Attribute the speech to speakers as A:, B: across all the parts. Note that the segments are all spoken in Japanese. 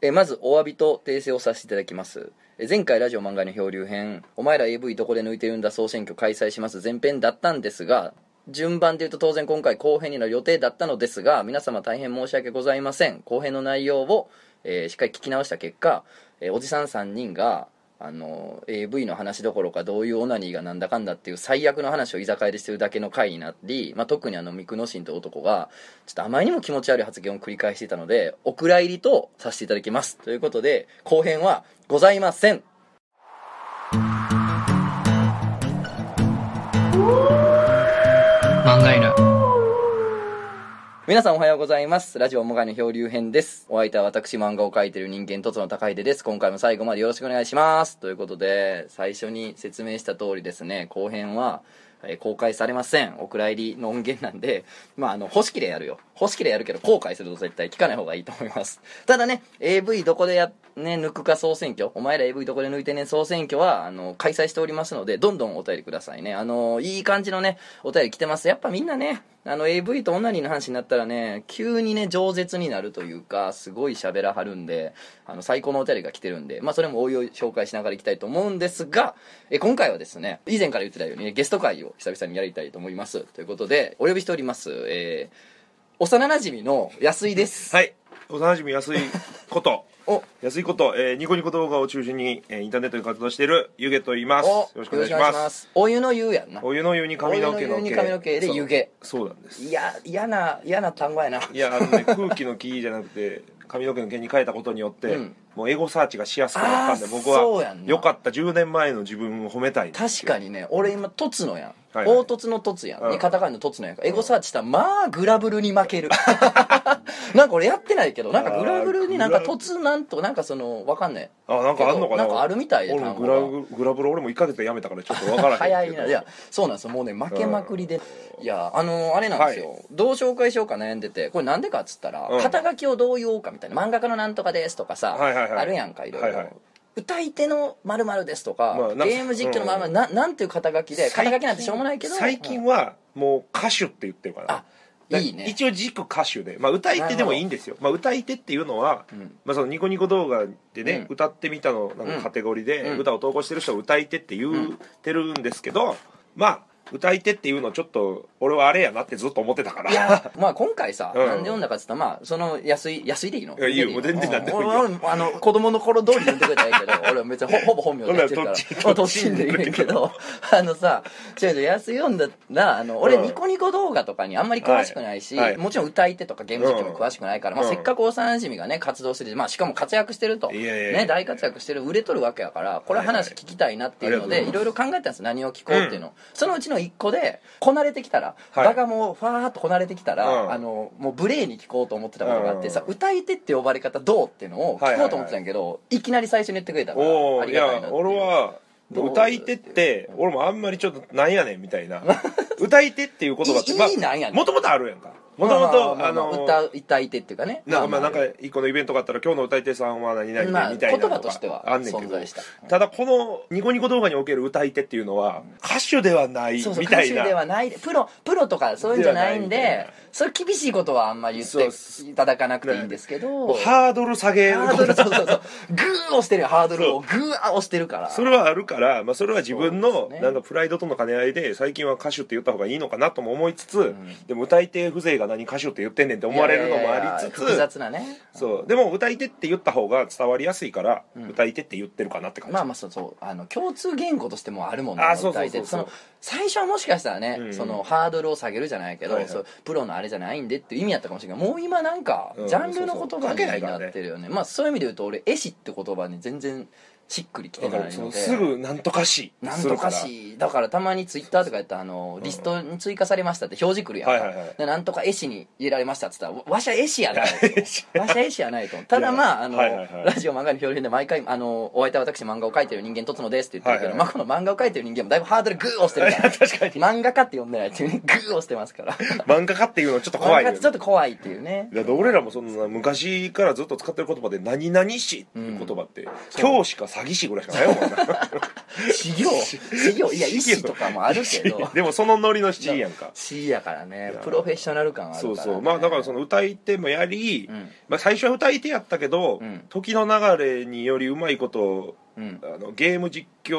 A: えーまずお詫びと訂正をさせていただきますえー前回ラジオ漫画の漂流編「お前ら AV どこで抜いてるんだ総選挙開催します」前編だったんですが順番で言うと当然今回後編になる予定だったのですが皆様大変申し訳ございません後編の内容を、えーしっかり聞き直した結果、えーおじさん3人があの AV の話どころかどういうオナニーがなんだかんだっていう最悪の話を居酒屋でしてるだけの回になり、まあ、特にあのミクノシンという男がちょっとあまりにも気持ち悪い発言を繰り返していたのでお蔵入りとさせていただきますということで後編はございません
B: 漫画犬
A: 皆さんおはようございますラジオもがいの漂流編ですお相手は私漫画を描いてる人間とつの高秀です今回も最後までよろしくお願いしますということで最初に説明した通りですね後編はえー公開されませんお蔵入りの音源なんでまああの欲しきでやるよ欲しきでやるけど後悔すると絶対聞かない方がいいと思いますただね AV どこでやね抜くか総選挙お前ら AV どこで抜いてね総選挙はあの開催しておりますのでどんどんお便りくださいねあのいい感じのねお便り来てますやっぱみんなねあの AV とオナニーの話になったらね急にね饒舌になるというかすごい喋らはるんであの最高のお便りが来てるんで、まあ、それもおいおい紹介しながらいきたいと思うんですがえ今回はですね以前から言ってたようにねゲスト会を久々にやりたいと思いますということでお呼びしております、えー幼なじみの安井です、
C: はい幼馴染み安いこと
A: お
C: 安いこと、えーニコニコ動画を中心に、えーインターネットで活動している湯気と言いますよろしくお願いします
A: すお湯の湯やんな
C: お湯の湯に髪の毛の
A: お湯の湯に髪の毛で湯気
C: そうそうなんです
A: いや嫌な嫌な単語やない
C: やあ のね空気の気じゃなくて髪の毛の毛に変えたことによって、
A: うん
C: もうエゴサーチがしやすくなったんで
A: あー
C: 僕
A: そうや
C: は
A: んな
C: よかった10年前の自分を褒めたいな
A: 確かにね俺今トツのやん、
C: はいはい
A: 大トツのトツやん、
C: うん
A: カタカナのトツのやんかエゴサーチしたらまあグラブルに負 けるなんか俺やってないけどなんかグラブルになんか
C: あーグラ
A: トツなんとなんかそのわかんない
C: あなんかあんのか
A: な
C: な
A: んかあるみたいで
C: 俺
A: 単語
C: グ
A: が
C: ラブグラブル俺も1ヶ月でやめたからちょっとわからへんけど
A: 早いないやそうなんですよもうね負けまくりで、いやあのあれなんですよ、
C: は
A: どう紹介しようか悩んでてこれなんでかっつったら、
C: うん
A: 肩書きをどう言おうかみたいな漫画家のなんとかですとかさ、
C: はいはいはい
A: あるやんかいろいろ、
C: はいはい
A: 歌い手のまるですとか,、
C: まあなんか
A: ゲーム実況のまるななんていう肩書きで肩書きなんてしょうもないけど
C: 最近はもう歌手って言ってるから
A: あいいね
C: 一応軸歌手で、まあ、歌い手でもいいんですよ、まあ、歌い手っていうのは、
A: うん
C: まあ、そのニコニコ動画でね、
A: うん
C: 歌ってみたのなんかカテゴリーで、
A: うん
C: 歌を投稿してる人を歌い手って言ってるんですけど、まあ歌い手っていうのちょっと俺はあれやなってずっと思ってたから
A: いやまあ今回さ、
C: うん
A: なんで読んだかっつったらまあその安い安いでいいの
C: いやいいよもう全然なんでもいいよ
A: 俺俺あの子供の頃通り読んでくれたらいいけ ど俺は別にほほぼ本名でやってるから
C: ほんならどっち
A: まあどっちでいいねんけど あのさ違う違う安い読んだらあの俺
C: うん
A: ニコニコ動画とかにあんまり詳しくないし、
C: はいはい
A: もちろん歌い手とかゲーム実況も詳しくないから、まあ、
C: うん
A: せっかく幼馴染がね活動してて、まあ、しかも活躍してると
C: いやいやいや
A: ね、大活躍してる売れとるわけやからこれ話聞きたいなっていうので、
C: はいはいい
A: ろいろ考えたんです何を聞こうっていうの、そのうちの1個でこなれてきたら、
C: はい
A: 場がもうファーっとこなれてきたら、
C: うん
A: あのもうブレーに聞こうと思ってたことがあってさ、
C: うん
A: 歌い手って呼ばれ方どうっていうのを聞こうと思ってたんやけど、いきなり最初に言ってくれたから
C: お
A: あ
C: ー
A: り
C: い
A: がたいなって
C: や
A: いう
C: 俺は
A: どう
C: 歌い手って俺もあんまりちょっとなんやねんみた いな歌い手っていう言葉って
A: い
C: ま
A: いいなんや
C: あ
A: ねん
C: もともとあるやんかもともと
A: ま
C: あ
A: まま
C: の
A: 歌歌い手っていうかね
C: なんかまあなんか
A: ま
C: 一個のイベントがあったら今日の歌い手さんは何々
A: まあ
C: でみたいな
A: 言葉としては
C: あんねんけ
A: 存
C: ど
A: 在した
C: ただこのニコニコ動画における歌い手っていうのは歌手ではないみ
A: そうそう歌
C: た
A: 手
C: い
A: では
C: な
A: ないプロプロとかそういうんじゃないんで
C: ではないみたいな
A: そういう厳しいことはあんまり言っていただかなくていいんですけど、
C: もうハードル下げる
A: ハードルそうそうそうグー押してるよハードルをグー押してるから
C: それはあるから、まあ、それは自分
A: そう
C: の
A: ですね
C: なんかプライドとの兼ね合いで最近は歌手って言った方がいいのかなとも思いつつでも歌い手風情が何歌手って言ってんねんって思われるのも
A: いや
C: ありつ
A: いやいや複
C: つ
A: 雑なね
C: そうでも歌い手って言った方が伝わりやすいから歌い手って言ってるかなって感じ
A: まあまあそうそうあの共通言語としてもあるもんね
C: あそうそうそう
A: 大体その最初はもしかしたらね、
C: うん
A: そのハードルを下げるじゃないけど、
C: はいはい
A: そうプロのあれじゃないんでっていう意味だったかもしれないけどもう今なんか
C: うん
A: ジャンルの
C: そう
A: 言
C: そう
A: 葉
C: 関係ない
A: に
C: か
A: な
C: ら
A: っ
C: ね
A: てるよねまあそういう意味で言うと俺「絵師」って言葉に全然しっくりきて
C: だ
A: な
C: か
A: い
C: らそ
A: の
C: の
A: です
C: ぐなんとかし
A: なん
C: す
A: と
C: る
A: からしだからたまにツイッターとかやったらあのリストに追加されましたって表示くるやんか、
C: はいはいはい
A: でなんとか絵師に入れられましたっつったらわわしゃ絵師やないとわしゃ絵師やないとただまああの、
C: はいはいはい
A: ラジオ漫画の表現で毎回あの「お相手は私漫画を描いてる人間とつのです」って言ってるけど、
C: はいはい
A: まあ、この漫画を描いてる人間もだいぶハードルグー押してるから 確かに漫画家って呼んでないっていうねグー押してますから
C: 漫画家っていうのはちょっと怖
A: 漫
C: い
A: 画家っ
C: よね
A: てちょっと怖いっていうね
C: だって俺らもそんな昔からずっと使ってる言葉で「何々し」っていう言葉って今日しか詐欺師ぐらいしかないもんな
A: 修行修行い や意思とかもあるけど
C: でもそのノリの七やんか
A: 詩やからね
C: いや
A: プロフェッショナル感あるから、
C: そ
A: ね、
C: うそうまあだからその歌い手もやり、
A: うん
C: まあ、最初は歌い手やったけど、
A: うん
C: 時の流れによりうまいこと
A: うん
C: あのゲーム実
A: そう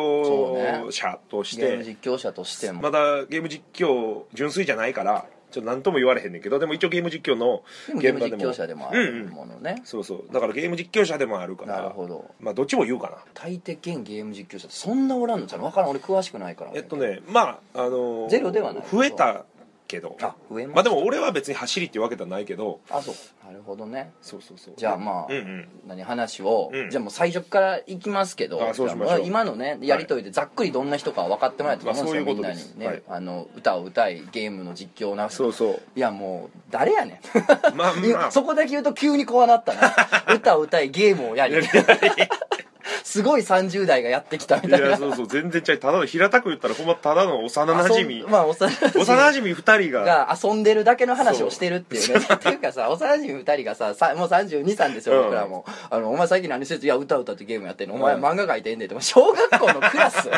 C: 況
A: ね
C: 者とし
A: ゲーム
C: て、
A: 実況者としても、
C: まだゲーム実況純粋じゃないからちょっと何とも言われへんねんけどでも一応ゲーム実況の
A: でもゲー
C: 現
A: ム実
C: 場でも
A: 況者でもあるものね、
C: そうそうだからゲーム実況者でもあるから
A: なるほど
C: まあどっちも言うかな
A: 歌い手兼ゲーム実況者ってそんなおらんのじゃう分からん俺詳しくないから
C: えっとねまああのー
A: ゼロではない
C: 増えたけど
A: あ増えました
C: まあでも俺は別に走りっていうわけではないけど
A: あそうなるほどね
C: そうそうそう
A: じゃあまあ、
C: うんうん
A: 何話を、
C: うん
A: じゃあもう最初からいきますけど
C: あそうしましょう
A: じゃあ今のねやりとりでざっくりどんな人か分かってもらえたと思うんですよ、
C: まあそういうこと
A: みんなに
C: です
A: ね、
C: はい
A: あの歌を歌いゲームの実況をな
C: そうそう
A: いやもう誰やねん
C: まあま あ
A: そこだけ言うと急に怖なった な歌を歌いゲームをやりすごい30代がやってきたみ
C: い
A: たいな
C: やそうそう全然ちゃうただの平たく言ったらほんまただの幼なじみ
A: 遊んまあ幼馴染
C: 幼なじみ2人が
A: が遊んでるだけの話をしてるっていうねっていうかさ幼馴染2人がささもう32歳ですよ、
C: うん
A: 僕らもあの「お前最近何してる?」いや歌歌ってゲームやってんのお前
C: うん
A: 漫画描いてんで」って小学校のクラ ス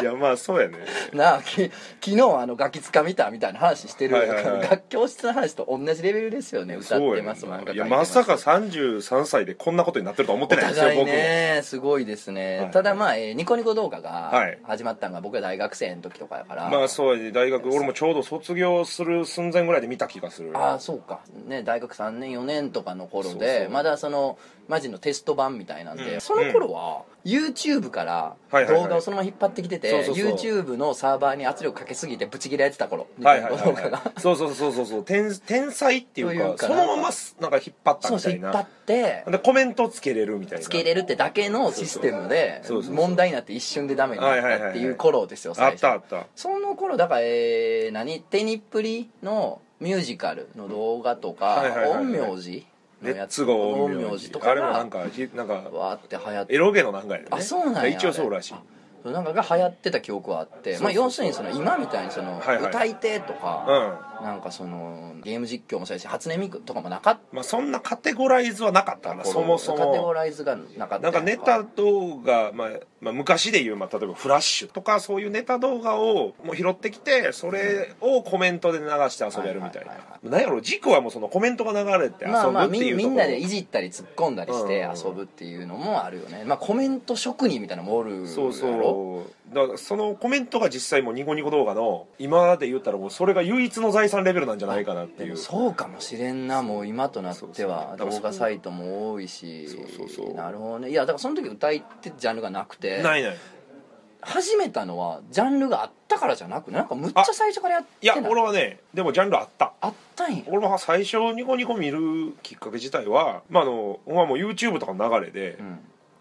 C: いやまあそうやね
A: なあき昨日あのガキ使見たみたいな話してる、
C: はいはいはい
A: 楽教室の話と同じレベルですよね歌っ
C: そう
A: て
C: やね
A: ます漫画描い
C: い
A: て
C: や
A: ます
C: まさか33歳でこんなことになってるとは思って
A: お
C: ないですよ
A: 互い
C: 僕
A: ねすごいですね、
C: はい
A: ただまあ、えーニコニコ動画
C: は
A: が
C: い
A: 始まったのが僕は大学生の時とかだから、
C: まあそうやね大学俺もちょうど卒業する寸前ぐらいで見た気がする
A: ああそうか、ね、大学3年4年とかの頃で
C: そうそう
A: まだそのマジのテスト版みたいなんで、
C: うん
A: その頃は YouTube から
C: はいはいはい
A: 動画をそのまま引っ張ってきてて、
C: そうそうそう
A: YouTube のサーバーに圧力かけすぎてブチ切られてた頃
C: はいはいはい
A: 動画が
C: はい、そうそうそうそうそう天天才っていうか
A: というか
C: そのまますなんか引っ張った
A: そう
C: み
A: そ
C: た
A: う
C: い
A: 引っ張
C: な
A: って
C: でコメントつけれるみたいな
A: つけれるってだけのシステムで
C: そうそうそう
A: 問題になって一瞬でダメになったっていう頃ですよ
C: あ
A: 最
C: っ
A: 初
C: たあった
A: その頃だから、えー何テニプリのミュージカルの動画とか
C: はいはいはいはい
A: 陰陽師の
C: レ
A: や
C: ッ
A: つ
C: ツゴー
A: 陰陽
C: 名
A: 師
C: 字
A: と
C: あ
A: か
C: れもな
A: が
C: んかひなんか
A: わーって流行って
C: エロゲのなんかやね
A: あそうなんや
C: 一応そうらしい
A: あれあなんかが流行ってた記憶はあって
C: そう
A: まあ、要するにその今みたいにその
C: はいはい
A: 歌い手と
C: うん
A: か、なんかそのゲーム実況もそうやし初音ミクとかもなかっ
C: まあそんなカテゴライズはなかった
A: た
C: な
A: 頃
C: そもそ
A: カテゴ
C: も
A: ライズがなかった
C: なんかネタ動画、まあまあ、昔でいう、まあ、例えばフラッシュとかそういうネタ動画をもう拾ってきてそれをコメントで流して遊べるみたい
A: はいはい
C: な何やろ軸はもうそのコメントが流れて遊ぶっていうところ、
A: まあまあみんみんなでいじったり突っ込んだりして
C: うん
A: 遊ぶっていうのもあるよね、まあコメント職人みたいなのもおるやろ
C: そうそうだからそのコメントが実際もうニコニコ動画の今まで言ったらもうそれが唯一の財産レベルなんじゃないかなって
A: で
C: い
A: も
C: う
A: そうかもしれんなもう今となっては
C: そうそうだから
A: 動
C: そ
A: 画サイトも多いし
C: そうそうそう
A: なるほどねいやだからその時歌いってジャンルがなくて
C: ないない
A: 始めたのはジャンルがあったからじゃなくなんかむっちゃ最初からやって
C: いや
A: ない
C: 俺はねでもジャンルあった
A: あったんや
C: 俺も最初ニコニコ見るきっかけ自体は、まあ、あのほんまもう YouTube とかの流れで、
A: う
C: ま
A: ん
C: あ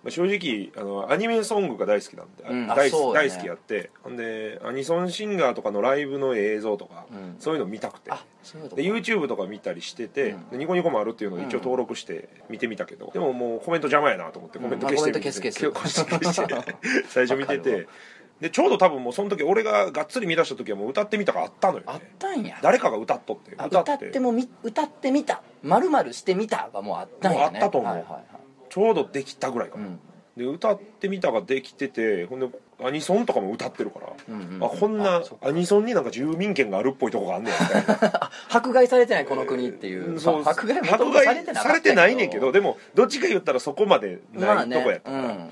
C: 正直あのアニメソングが大好きなんで、
A: うんあ
C: 大
A: そうだね
C: 大好きやってほんでアニソンシンガーとかのライブの映像とか、
A: うん
C: そういうの見たくて
A: あそういうこと
C: で YouTube とか見たりしてて、
A: うん
C: でニコニコもあるっていうので一応登録して見てみたけど、でももうコメント邪魔やなと思ってコメント消してみて、
A: うんまあコメント消す消す
C: 消して 最初見て
A: わかる
C: てでちょうど多分もうその時俺ががっつり見出した時はもう歌ってみたがあったのよ
A: あっ
C: ね
A: たんや
C: 誰かが歌っとって
A: あ
C: 歌
A: 歌
C: っ
A: っててもみ歌ってみたまるまるしてみたがもうあったんやね
C: もうあったと思う
A: はいはいはい
C: ちょうどできたぐらいか
A: う
C: な、
A: ん
C: で歌ってみたができててほんでアニソンとかも歌ってるから、
A: うんうん
C: あこんな
A: あそっか
C: アニソンになんか住民権があるっぽいとこがあんねんみたいな
A: 迫害されてないこの国っていう,、
C: うん
A: まあ迫害もと
C: 迫
A: もとされ
C: 害
A: てなかった
C: されてないねんけどでもどっちか言ったらそこまで
A: ま
C: な
A: あ
C: いとこやっ
A: ね
C: た
A: う
C: から、
A: ん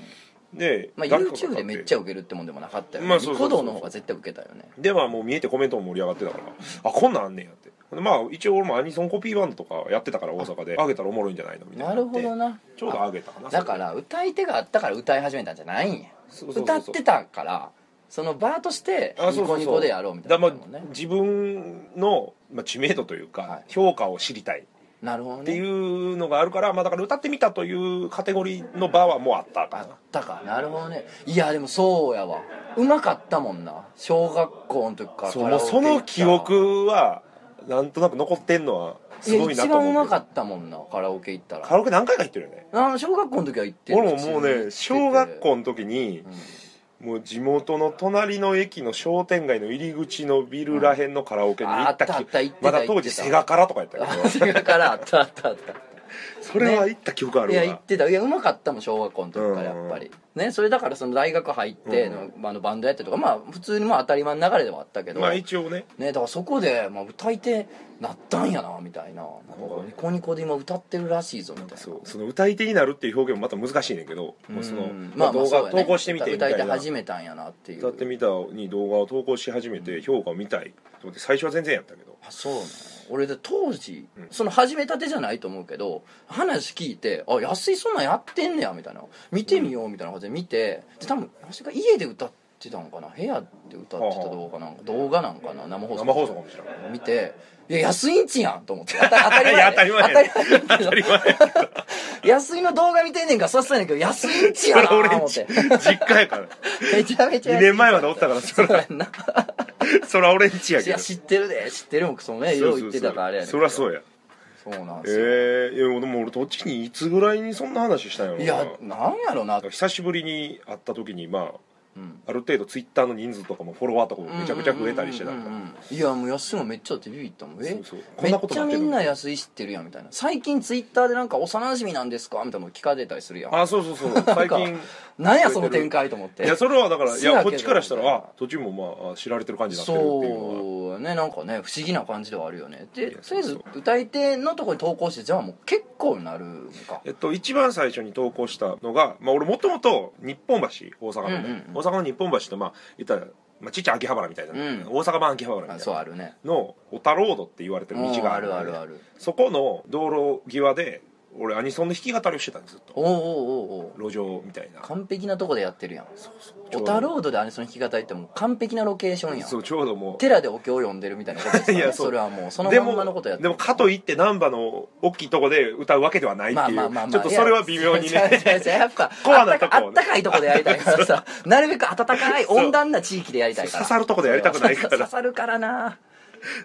C: で、
A: まあ、
C: 抱っことか
A: YouTube でめっち
C: ゃ
A: ゃ受けるってもんでもなかったよね、
C: ま
A: ま
C: あそうそうそ
A: 道
C: う
A: の方が絶対受けたよね
C: でまあもう見えてコメントも盛り上がってたからあこんなんあんねんやってでまあ一応俺もアニソンコピーバンドとかやってたから大阪であげたらおもろいんじゃないのみたい
A: な
C: な
A: るほど
C: な
A: な
C: ちょうどあげたかな
A: だから歌い手があったから歌い始めたんじゃないんや
C: そうそうそう
A: 歌ってたからそのバーとして
C: あそ
A: ニ
C: うそうそ
A: コ
C: う
A: ニコでやろうみた
C: だ
A: い
C: か
A: な
C: ら
A: の
C: ま
A: も
C: あ
A: ね
C: 自分の、まあ、知名度という
A: は
C: か
A: い
C: 評価を知りたいっ
A: なるほどね
C: ていうのがあるから、まあ、だから歌ってみたというカテゴリーの場はもうあった
A: あっ
C: か
A: たかなるほどねいやでもそうやわうまかったもんな小学校の時から
C: な
A: カ
C: そう
A: ラオ
C: も
A: ケ行っ
C: う
A: た
C: その記憶はなんとなく残ってんのはいす
A: や
C: ごいな
A: 一
C: と
A: 番う
C: 思
A: ま
C: う
A: か
C: け
A: ったもんなカラオケ行った
C: どカ
A: ら
C: ラオケ何回か行ってるよね
A: あの小学校の時は行ってる
C: 俺もも
A: 普通に行
C: う
A: って
C: ね
A: て
C: 小学校の時に
A: うん
C: もう地元の隣の駅の商店街の入り口のビルらへんのカラオケに行っ た
A: ああったあった行ってた
C: まだ当時セガカラとかやったけど
A: あセガからあったあったあった
C: それは行った記憶あ
A: い
C: るわ、
A: や言ってたいやうまかったもん小学校の時からやっぱり、ねそれだからその大学入っての,、あのバンドやってとかまあ普通にまあ当たり前の流れではあったけど、
C: まあ一応ね
A: ね、だからそこで、まあ、歌い手なったんやなみたいななんかこうニコニコで今歌ってるらしいぞみたいな
C: そうその歌い手になるっていう表現もまた難しいねんけど、もうその
A: うん
C: まあ、動
A: そう
C: 画
A: やね
C: 投稿してみてみ
A: 歌
C: た
A: 歌い
C: い
A: 手
C: な
A: 始めたんやなっていう
C: 歌ってみたに動画を投稿し始めて評価を見たいと思って最初は全然やったけど
A: あそうね俺で当時、
C: うん
A: その始めたてじゃないと思うけど話聞いて「あ安井そんなんやってんねや」みたいな「見てみよう」みたいな感じで見てで多分安井が家で歌ってたのかな部屋で歌ってた動画なんか動画なんかな生放送
C: 生放送かもしれない
A: 見て「いや安井んちやん」と思って当た当たり
C: いや
A: 前
C: 当たり前
A: 当たり前やけど
C: 当たり前
A: 安井の動画見てんねんからそらそうやねんけど安井んちやな
C: それ
A: と
C: 俺
A: 思
C: ん
A: っ
C: ち
A: て
C: 実家やから
A: めちゃめちゃ
C: 2年前までおったからそ
A: そう
C: ら
A: やんな
C: そら俺んち や
A: い
C: け
A: や
C: ど
A: 知ってるで知ってるもんそのねよう言ってたからあれやねんけ
C: そ
A: ど
C: りゃそうや
A: そうなんですよ、
C: ええいやでも俺どっちにいつぐらいにそんな話したんやろない
A: やなんやろな、
C: 久しぶりに会った時にま
A: うん
C: あある程度ツイッターの人数とかもフォロワーとかもめちゃくちゃ増えたりしてた
A: うん
C: か
A: うんうん
C: ら
A: うんいやもう安いもめっちゃってビビったもんえ
C: そうそうこ
A: め
C: ん
A: っ
C: なこと
A: ちゃ
C: なって
A: み
C: る
A: ん
C: の
A: な安い知ってるやんみたいな最近ツイッターでなんか幼馴染なんですかみたいなの聞かれたりするやん
C: あそうそうそう最近
A: なんやその展開と思っ
C: い
A: て
C: やそれはだからい
A: せや
C: や
A: けど
C: こっちからしたらあ途中もまあ知られてる感じになってるっていうのは
A: そうねなんかね不思議な感じではあるよねで
C: いや
A: とりあえず
C: そう
A: 歌い手のとこに投稿してじゃあもう結構なるんか
C: えっと、一番最初に投稿したのが、まあ、俺もともと日本橋大阪のね、
A: うんうんうん
C: 大阪の日本橋とまあ言ったら、まあ、ちっちゃい秋葉原みたいな、
A: うん
C: 大阪版秋葉原みた
A: あ
C: い
A: そう
C: な
A: あるね
C: のオタロードって言われてる道
A: うん
C: があ
A: あ
C: る,、
A: るあるある
C: そこの道路際で俺アニソンの弾き語りをしてたんですずっ
A: お
C: と
A: うおうおうおう
C: 路上みたいな
A: 完璧なとこでやってるやん
C: ちょ
A: オ
C: うど
A: タロードであれその弾き語りってもう完璧なロケーションやん
C: そうちょうどもう
A: 寺でお経を読んでるみたいなことですよ
C: い
A: ね
C: やそう
A: それはもうその
C: で
A: まん
C: も
A: まのことやって
C: でもかといって難波の大きいとこで歌うわけではないっていう、ちょっとそれは微妙に
A: いや違う
C: ね
A: 違う違うやっぱ
C: コア
A: あっ
C: なとこをね
A: たかあったかいとこでやりたいからさなるべく暖かい
C: そう
A: 温暖な地域でやりたいから
C: 刺さるとこでやりたくないから
A: それは刺さるからな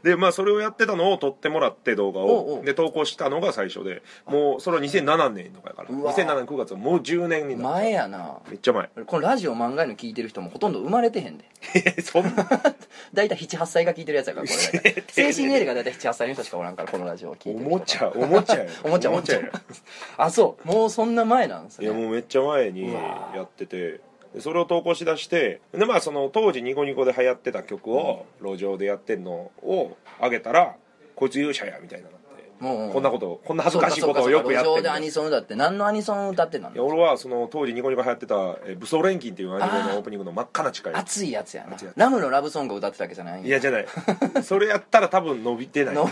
C: でまあそれをやってたのを撮ってもらって動画を
A: おうおう
C: で投稿したのが最初でもうそれは2007年とかやから
A: うわ
C: 2007年9月はもう10年になる
A: 前やな
C: めっちゃ 前
A: このラジオ漫画の聞いてる人もほとんど生まれてへんで
C: そんな
A: 大体78歳が聞いてるやつやからこれ 大体精神年齢が大体78歳の人しかおらんからこのラジオを聞いて
C: お
A: る人
C: もちゃおもちゃや
A: おもちゃおもちゃあそうもうそんな前なんです
C: いや
A: ね
C: もうめっちゃ前にやっててでそれを投稿しだしてでまあその当時ニコニコで流行ってた曲を路上でやってんのを上げたらこいつ勇者やみたいになって
A: もう
C: こんなことこんな恥ずかしいことをよくやっ
A: そう
C: て
A: かそうかそうか路上
C: る
A: でアニソン歌って何のアニソン歌ってた
C: いや
A: の
C: 俺はその当時ニコニコ流行ってた「えー武装錬金」っていうアニメ
A: あー
C: のオープニングの真っ赤な誓い
A: 熱いやつやな
C: 熱いやつ
A: ラムのラブソングを歌ってたわけじゃないん
C: いやじゃないそれやったら多分伸びてな い
A: の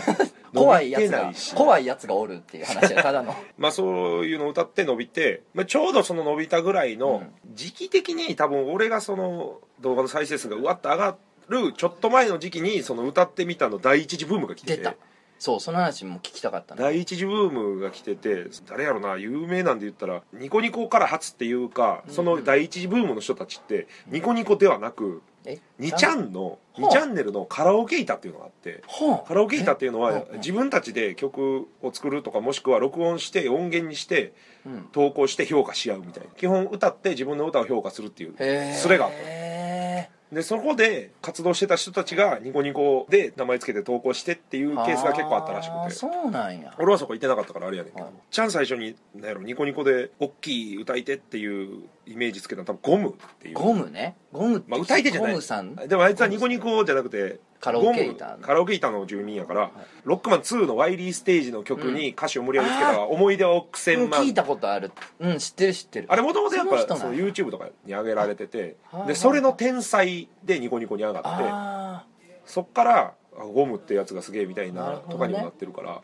A: 怖いやつ
C: 伸びてな
A: が
C: いし
A: 怖いやつがおるっていう話やた だの
C: まあそういうのを歌って伸びて、まあ、ちょうどその伸びたぐらいの時期的に多分俺がその動画の再生数がうわっと上がるちょっと前の時期にその歌ってみたの第一次ブームが来て
A: 出
C: て
A: たそうその話も聞きたかったな
C: 第一次ブームが来てて誰やろな有名なんで言ったらニコニコから初っていうかその第一次ブームの人たちってニコニコではなく
A: え
C: 2ちゃんの
A: ほう
C: 2チャンネルのカラオケ板っていうのがあって
A: ほう
C: カラオケ板っていうの
A: え
C: は
A: うんうん
C: 自分たちで曲を作るとかもしくは録音して音源にして
A: うん
C: 投稿して評価し合うみたいな基本歌って自分の歌を評価するっていう
A: へえ
C: スレがあっ
A: へ
C: たでそこで活動してた人たちがニコニコで名前つけて投稿してっていう
A: え
C: ケースが結構あったらし
A: あー
C: くて
A: そうなんや
C: 俺はそこ行ってなかったからあれやねんけ
A: は
C: ど
A: い
C: ちゃん最初になんやろニコニコで大きい歌い手っていうイメージつけたの多分ゴムっていう
A: ゴムねゴムって
C: まあ歌い手じゃない
A: ゴムさん
C: でもあいつはニコニコじゃなくて
A: カラオケ板
C: ゴムカラオケ板の住人やから、ロックマン2のワイリーステージの曲に歌詞を無理やりつけたら「思い出は億
A: うん
C: 千万
A: 聞い」たことあるうん知ってる知ってる
C: あれもともとやっ
A: その人
C: ぱ
A: なんや
C: そう YouTube とかに上げられてて
A: はいはい
C: でそれの天才でニコニコに上がっ
A: あ
C: てそっからあゴムってやつがすげえみたい
A: なる
C: な
A: ほどね
C: とかにもなってるから
A: ー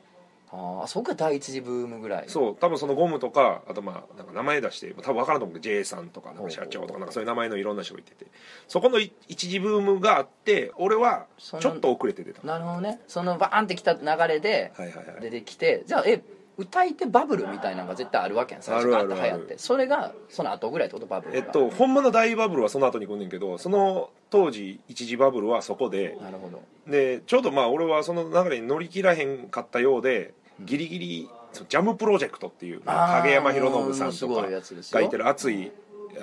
A: あーそこが第一次ブームぐらい
C: そう多分そのゴムとかあとまあなんか名前出して多分分からんと思うけど J さんとかなんか社長とかなんかそういう名前のいろんな人がいててそこのい一時ブームがあって俺はちょっと遅れて出た
A: なるほどねそのバーンってきた流れで
C: はいはいはい
A: 出てきてじゃあえ歌い手バブルみたいなのが絶対あるわけやん最初
C: あ
A: ガ
C: るあ
A: ー
C: る
A: ッと流行っ
C: あ
A: てそれがその後ぐらいってことバブル
C: えっ
A: が
C: とほんまの大バブルはその後に来んねんけどその当時一時バブルはそこで
A: なるほど
C: でちょうどまあ俺はその流れに乗り切らへんかったようでギリギリそうジャムプロジェクトっていう
A: あー
C: 影山博信さん
A: す
C: と
A: ご
C: か
A: いやつですよ
C: がいてる熱い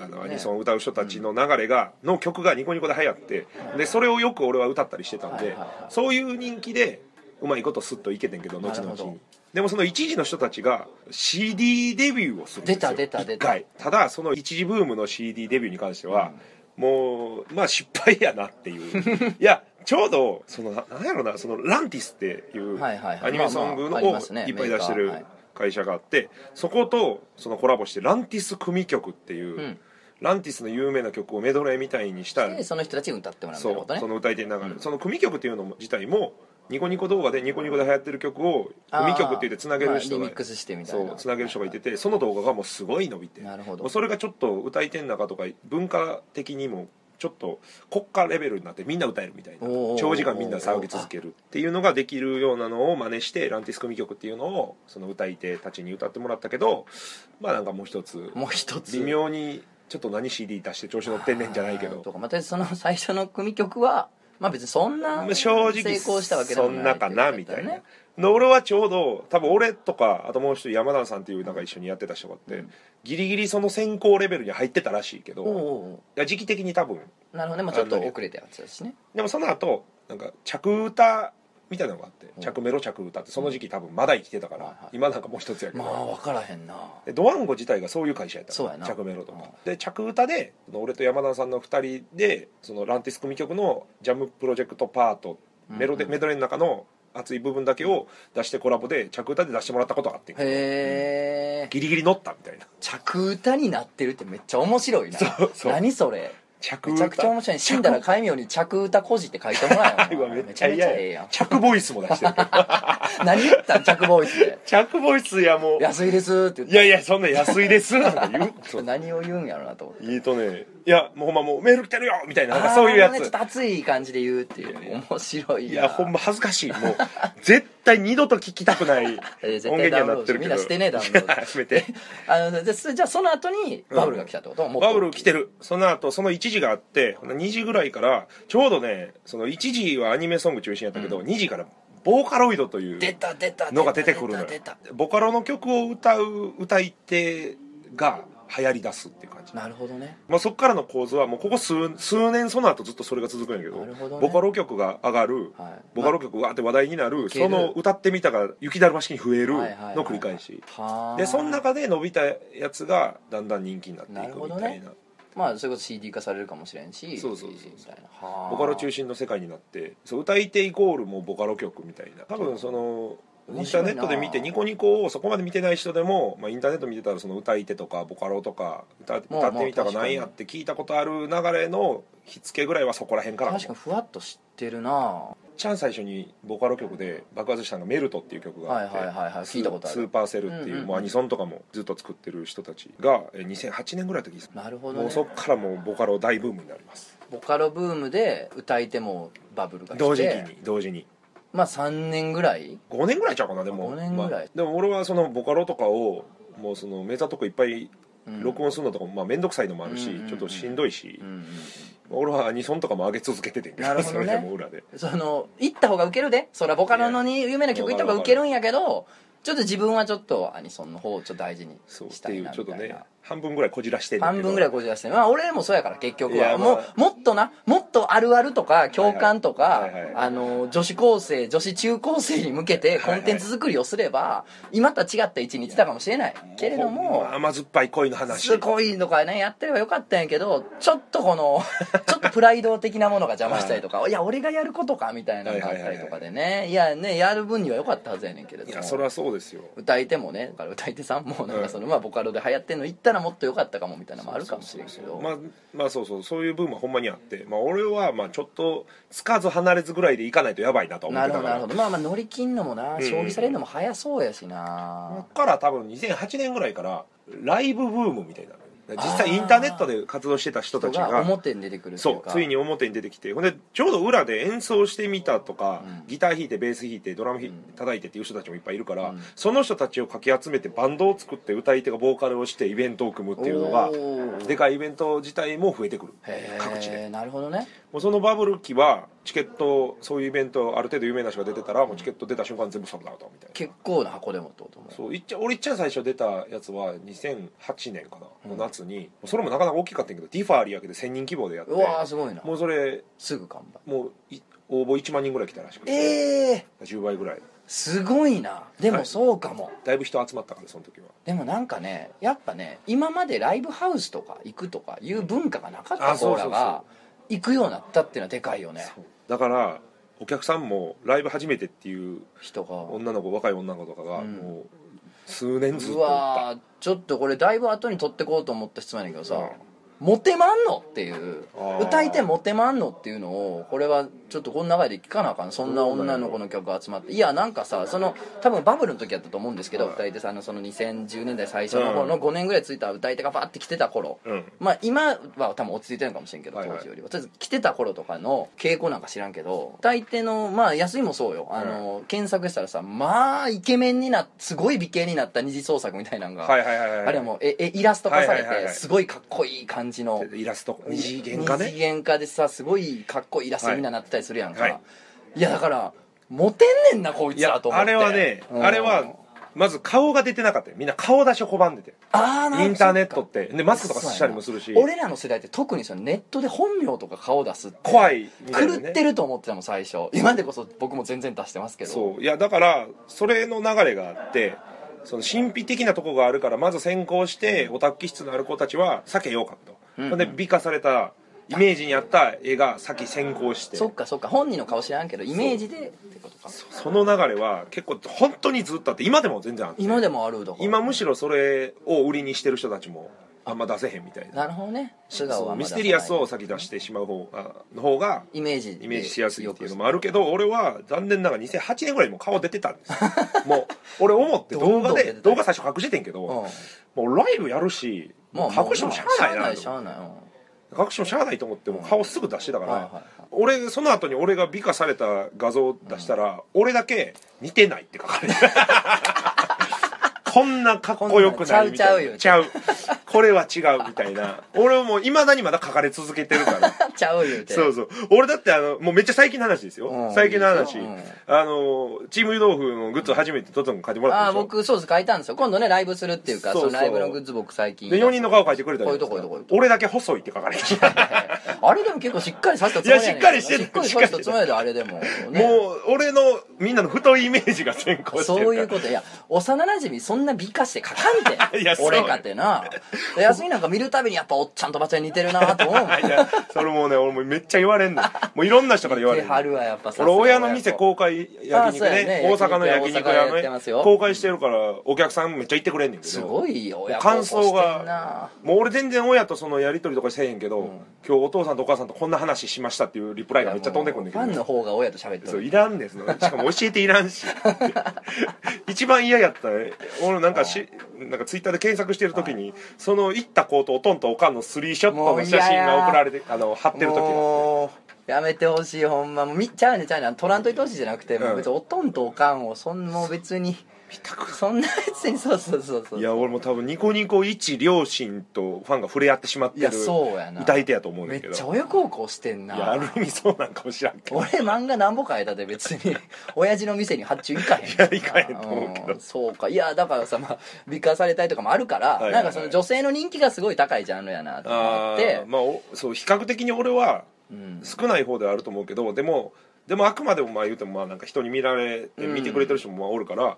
C: あのアニソンを歌う人たちの流れがの曲がニコニコで流行ってでそれをよく俺は歌ったりしてたん
A: はい
C: で
A: はいはい
C: そういう人気でうまいことスッといけてんけど後
A: なるほ
C: 々
A: ど
C: でもその一時の人たちが CD デビューをするんですよ
A: 出た出た出た
C: 一回ただその一時ブームの CD デビューに関しては、もうまあ失敗やなっていう いやちょうどそのななんやろなそのランティスっていう
A: はいはいはい
C: アニメソングの
A: まあまああり
C: を
A: ますね
C: いっぱい出して
A: メー
C: る
A: カーはい
C: 会社があってそことそのコラボしてランティス組曲っていう、
A: うん
C: ランティスの有名な曲をメドレーみたいにした
A: でその人たちに歌ってもらうみた
C: そ
A: いなこと
C: う
A: ね
C: その歌い手に流れる、その組曲っていうのも自体もニコニコ動画でニコニコで流行ってる曲を組曲って言ってつなげる人
A: まあ
C: が、
A: リミックスしてみたい
C: そ
A: な
C: うつなげる人がいててその動画がもうすごい伸びて
A: なるほど
C: もうそれがちょっと歌い手の中とか文化的にもちょっと国家レベルになってみんな歌えるみたいな
A: おー
C: 長時間みんな騒ぎ続けるっていうのができるようなのを真似してランティス組曲っていうのをその歌い手たちに歌ってもらったけどまあなんかもう一つ
A: もう一つ
C: 微妙にちょっと何 CD 出して調子乗ってんねんじゃないけ
A: あー
C: ど
A: とかまたその最初の組曲はまあ別にそんな
C: まあ正直
A: 成功したわけでもない
C: そんなかなみたいな、
A: ね
C: で俺はちょうど多分俺とかあともう一人山田さんっていうなんか一緒にやってた人があって、ギリギリその選考レベルに入ってたらしいけど
A: おう
C: い
A: おうお
C: や時期的に多分
A: うなるほどね、まあ、ちょっと遅れてやつだしね
C: でもその後なんか着歌みたいなのがあって
A: うん
C: 着メロ着歌ってその時期多分まだ生きてたから、
A: はいはい
C: 今なんかもう一つやけど、
A: まあ分からへんな
C: でドワンゴ自体がそういう会社やった
A: そうやな
C: 着メロとか、
A: うん
C: で着歌でその俺と山田さんの2人でそのランティス組曲のジャムプロジェクトパートメロデ、
A: うんうん
C: メドレーの中の熱い部分だけを出してコラボで着歌で出してもらったことがあってんけど
A: へえ
C: ギリギリ乗ったみたいな
A: 着歌になってるってめっちゃ面白いな
C: そうそう
A: 何それ
C: 着
A: めち
C: 歌
A: ゃくちゃ面白い死んだら戒名に着歌孤児って書いてもらえ
C: う
A: よ
C: わめっちゃ
A: めちゃ
C: 嫌
A: めちゃええ
C: や
A: やん
C: 着ボイスも出してるけど
A: 何言ったん 着ボーイスで
C: 着ボイスやも う
A: 安いですって
C: い
A: 言っ
C: やいやそんな安いですなんか言う
A: て何を言うんやろなと思って
C: いいとねいやもうほんまもうメール来てるよみたいななんかそういうや
A: あーねちょ
C: つ
A: っと熱い感じで言うってい
C: いや
A: う面白いない
C: やほんま恥ずかしいもう絶対二度と聞きたくない音
A: えー絶対
C: 源にはなってるけど
A: ダウンロードみんなしてねダウンロード
C: やめて
A: あのじゃあじゃあその後にバブルが来たってこと、もっと
C: バブル来てるその後その1時があって2時ぐらいからちょうどねその1時はアニメソング中心やったけど、2時からボーカロイドという
A: 出た出た
C: のが出てくるのよ
A: 出た出
C: ボカロの曲を歌う歌い手が流行り出すっていう感じ
A: たなるほどね
C: まあ、そこからの構図はもうここ数数年その後ずっとそれが続くんやけど
A: なるほどね
C: ボカロ曲が上がる、
A: はい
C: ボカロ曲がわーって話題になる、
A: ける
C: その歌ってみたが雪だるま式に増える
A: はいはいはいはい
C: の繰り返し、
A: はあ
C: でその中で伸びたやつがだんだん人気になっていく
A: なるほ
C: み
A: ど
C: た
A: ね
C: いな
A: まあそれこそ CD 化されるかもしれんし
C: そうそうそうそう
A: みたいなはあ
C: ボカロ中心の世界になってそう歌い手イコールもうボカロ曲みたいな多分そのイ
A: 面
C: ンタ
A: 白い
C: ー
A: な
C: ネットで見てニコニコをそこまで見てない人でも、まあ、インターネット見てたらその歌い手とかボカロとか歌
A: まあ
C: 歌ってみた
A: ま
C: が
A: あ確か
C: な
A: に
C: んやって聞いたことある流れの火付けぐらいはそこら辺からかも
A: 確かにふわっと知ってるなは
C: ちゃん最初にボカロ曲で爆発したのが「メルト」っていう曲
A: い
C: が
A: は
C: あ
A: い
C: って、
A: はいはい
C: ス
A: 聞いたことあ
C: スー
A: る
C: パーセルってい
A: う
C: う,、
A: んうんうん
C: もうアニソンとかもずっと作ってる人たちがえー2008年ぐらいの時です、
A: なるほど、ね、
C: もうそっからもうボカロ大ブームになります
A: ボカロブームで歌い手もバブルが来て
C: 同時期に同時に
A: まあ3年ぐらい
C: 5年ぐらいちゃうかなでも
A: 5年ぐらい
C: まあでも俺はそのボカロとかをもうそのメザとかいっぱい
A: うん
C: 録音するのとかもまあ面倒くさいのもあるし、
A: うんうんうん
C: ちょっとしんどいし、
A: うんうん
C: 俺はアニソンとかも上げ続けててんけ
A: なるほ
C: そ
A: どね
C: れでも裏で
A: うんその行った方がウケるでそらボカロのに有名な曲行った方がウケるんやけどちょっと自分はちょっとアニソンの方をちょっと大事に
C: そうっ
A: した
C: てい
A: いうな
C: ちょ
A: み
C: っと
A: たい
C: ね
A: な
C: 半分ぐらいこじらしてんねんけ
A: 半
C: ど
A: 分ぐらいこじらしてまあ俺もそうやから結局
C: い
A: は
C: やまあ
A: もうもっとなもっとあるあるとか共感とか
C: はいはい
A: あの女子高生女子中高生に向けてコンテンツ作りをすれば今とは違った位置に行ってたかもしれないけれど
C: ほん
A: も
C: ま甘酸っぱい恋の話
A: すごいとかねやってればよかったんやけどちょっとこ のちょっとプライド的なものが邪魔したりとかいや俺がやることかみたいなのがあったりとかでねいやねやる分には良かったはずやねんけれど
C: い
A: も
C: やそれはそうですよ
A: 歌い手もねだから歌い手さんもなんかそのまあボカロで流行ってんの行ったらもっと良かったかもみたいなのもあるかもしれんけど
C: まあまあそうそうそういう部分はほんまにあって、まあ、俺はまあちょっとつかず離れずぐらいでいかないとやばいなとは思っ
A: な
C: て
A: るほ
C: た
A: ど
C: から
A: なるほどまあまあ乗り切んのもな、
C: うん
A: 消費されるのも早そうやし
C: こ
A: な
C: っから多分2008年ぐらいからライブブームみたいな実際インターネットで活動してた人た
A: 人
C: ちが
A: が表に出てくるってい
C: そうう
A: か
C: ついに表に出てきてほんでちょうど裏で演奏してみたとか、
A: うん
C: ギター弾いてベース弾いてドラムひ
A: うん
C: 叩いてっていう人たちもいっぱいいるから、
A: うん
C: その人たちをかき集めてバンドを作って歌い手がボーカルをしてイベントを組むっていうのが
A: おー
C: でかいイベント自体も増えてくる
A: へ
C: 各地で
A: えなるほどね
C: もうそのバブル期はチケットそういうイベントある程度有名な人が出てたらもうチケット出た瞬間全部ソールドアウトみたいな
A: 結構な箱でもってことも
C: そういっちゃ俺いっちゃん最初出たやつは2008年かなの夏に、それもなかなか大きかったんやけどディファー有明で1000人規模でやって
A: うわーすごいな
C: もうそれ
A: すぐ完売
C: もうい応募1万人ぐらい来たらしくて
A: ええ
C: 10倍ぐらい
A: すごいなで
C: は
A: も
C: い
A: そうかも、
C: だいぶ人集まったからその時は
A: でもなんかねやっぱね今までライブハウスとか行くとかいう文化がなかっ
C: あ
A: た
C: そ
A: 子
C: うそ
A: ら
C: うそう
A: が行くようになったっていうのはでかいよね
C: だからお客さんもライブ初めてっていう
A: 人が
C: 女の子若い女の子とかが、
A: うん
C: もう数年ずっ
A: う
C: とおった
A: わーちょっとこれだいぶ後に取ってこうと思った質問やねんけどさ、
C: うん
A: モテまんのっていう
C: あー
A: 歌い手モテまんのっていうのをこれはちょっとこの中で聞かなあかんそんな女の子の曲集まっていやなんかさその多分バブルの時やったと思うんですけど、
C: はい
A: 歌い手さんのその2010年代最初の頃の5年ぐらいついた歌い手がバーって来てた頃、
C: うん
A: まあ今は多分落ち着いてるのかもしれんけど
C: はいはい
A: 当時よりは、とりあえず来てた頃とかの傾向なんか知らんけど大抵のまあ安いもそうよあの、検索したらさまあイケメンになすごい美形になった二次創作みたいなのが、
C: はいはいはいはい
A: あれはもうええイラスト化され
C: はいはい
A: て
C: はい
A: すごいかっこいい感じの
C: イラスト二次元化
A: 二次
C: ね
A: 元化でさすごいかっこいいイラストにみんななってたりするやんか、
C: はいいは
A: やだからモテんねんなこい
C: い
A: つら
C: や
A: と思って
C: あれはね、
A: うん
C: あれはまず顔が出てなかったよみんな顔出しを拒んでて
A: あなんか
C: インターネットってでマスクとかしたりもするし
A: 俺らの世代って特にそのネットで本名とか顔出すって
C: 怖いみたいな、ね、
A: 狂ってると思ってたもん最初今でこそ僕も全然出してますけど
C: そういやだからそれの流れがあってその神秘的なとこがあるからまず先行してオタク気質のある子たちは避けようかと、
A: うんうん
C: ほんで美化されたイメージに合った絵が先先行して
A: そっかそっか本人の顔知らんけどイメージでってことか
C: その流れは結構本当にずっとあって今でも全然あって
A: 今でもあるだから
C: 今むしろそれを売りにしてる人たちもあんま出せへんみたいな
A: なるほどね素顔
C: そ
A: はま
C: う
A: だ
C: ミステリアスを先出してしまう方あの方が
A: イメージで
C: イメージしやすいっていうのもあるけど俺は残念ながら2008年ぐらいにもう顔出てたんですよ もう俺思って動
A: どんど
C: 画
A: ん出て
C: で
A: た
C: 動画最初隠しててんけど、
A: うん
C: もうライブやるし
A: まあまあ
C: 隠してもしゃあないな
A: しゃあないしゃあない
C: 隠してもしゃあないと思ってもう顔すぐ出してたから、
A: はいはいはい
C: 俺その後に俺が美化された画像出したら、俺だけ似てないって書かれて こんなかっこよくないみたいな
A: こんなんちゃ
C: ちゃうこれは違うみたいな俺はもういまだにまだ書かれ続けてるから
A: うんちゃう言うて
C: そうそう俺だってあのもうめっちゃ最近の話ですよ、
A: うん
C: 最近の話、
A: いいですよ
C: あのチーム湯豆腐のグッズ初めてトトン書いてもらっ
A: あ
C: た
A: あ
C: でしょ
A: 僕そうです書いたんですよ今度ねライブするっていうか
C: そう
A: そ
C: そう
A: のライブのグッズ僕最近
C: で4人の顔書いてくれたじゃ
A: こう
C: ないいう
A: と
C: で
A: こ
C: す
A: う
C: か
A: いうとこういうとこ
C: 俺だけ細いって書かれてた
A: あれでも結構しっかりさせたつもりねんけど
C: いやしっかりしてる
A: しっかりさせたつもりやであれでもね
C: もう俺のみんなの太いイメージが先行してるから
A: そういうこといや幼なじみそんな美化して書かんて
C: いやそう
A: 俺かてなで休みなんか見るたびにやっぱおっちゃんとおばちゃんに似てるなと思うもん
C: いやそれもうね俺もめっちゃ言われ んのもういろんな人から言われ
A: 手
C: る
A: 張るはやっぱさすが
C: 俺親の
A: 親
C: 店
A: 子
C: 公開
A: あ
C: 焼肉
A: そう
C: ね
A: やね
C: 大阪の焼肉
A: 焼
C: 屋
A: 肉屋やって
C: の
A: ます
C: ね
A: よ
C: 公開してるからお客さんめっちゃ行ってくれんねんけど
A: すごいよ親孝行
C: 感
A: してんな
C: 想がもう俺全然親とそのやり取りとかせえへんけど、今日お父さんとお母さんとこんな話しましたっていうリプライがめっちゃ飛んでくんねんけ
A: ファンの
C: ど
A: 方が親と喋って
C: そう
A: る
C: いらんですのしかも教えていらんし 一番嫌やったね俺なんかしなんかツイッターで検索してる時にその行った子とおとんとおかんのスリーショットの写真が送られてあの貼ってる時
A: もうやめてほしいほんまもうみちゃうねちゃうね取らんといてほしいじゃなくて、もう別におとんとおかんをそんなもう別にそんな別にそうそうそうそう
C: いや俺も多分ニコニコ一両親とファンが触れ合ってしまって
A: い
C: る
A: やそうやな
C: 歌い手やと思うん
A: め
C: だ
A: っ
C: けど
A: ちゃ親孝行してんない
C: やある意味そうなんかもしらんけど
A: 俺漫画何ぼかえたで別 に親父の店に発注行かへんから
C: いや行かへんと思うけど
A: んそうかいやだからさ、まあ、美化されたりとかもあるから、
C: いはい
A: なんかその女性の人気がすごい高いジャンルやなと思
C: あ
A: って
C: ーまあおそう比較的に俺は
A: うん
C: 少ない方ではあると思うけどでもでもあくまでもまあ言うてもまあなんか人に見られて
A: うん
C: 見てくれてる人もまあおるから、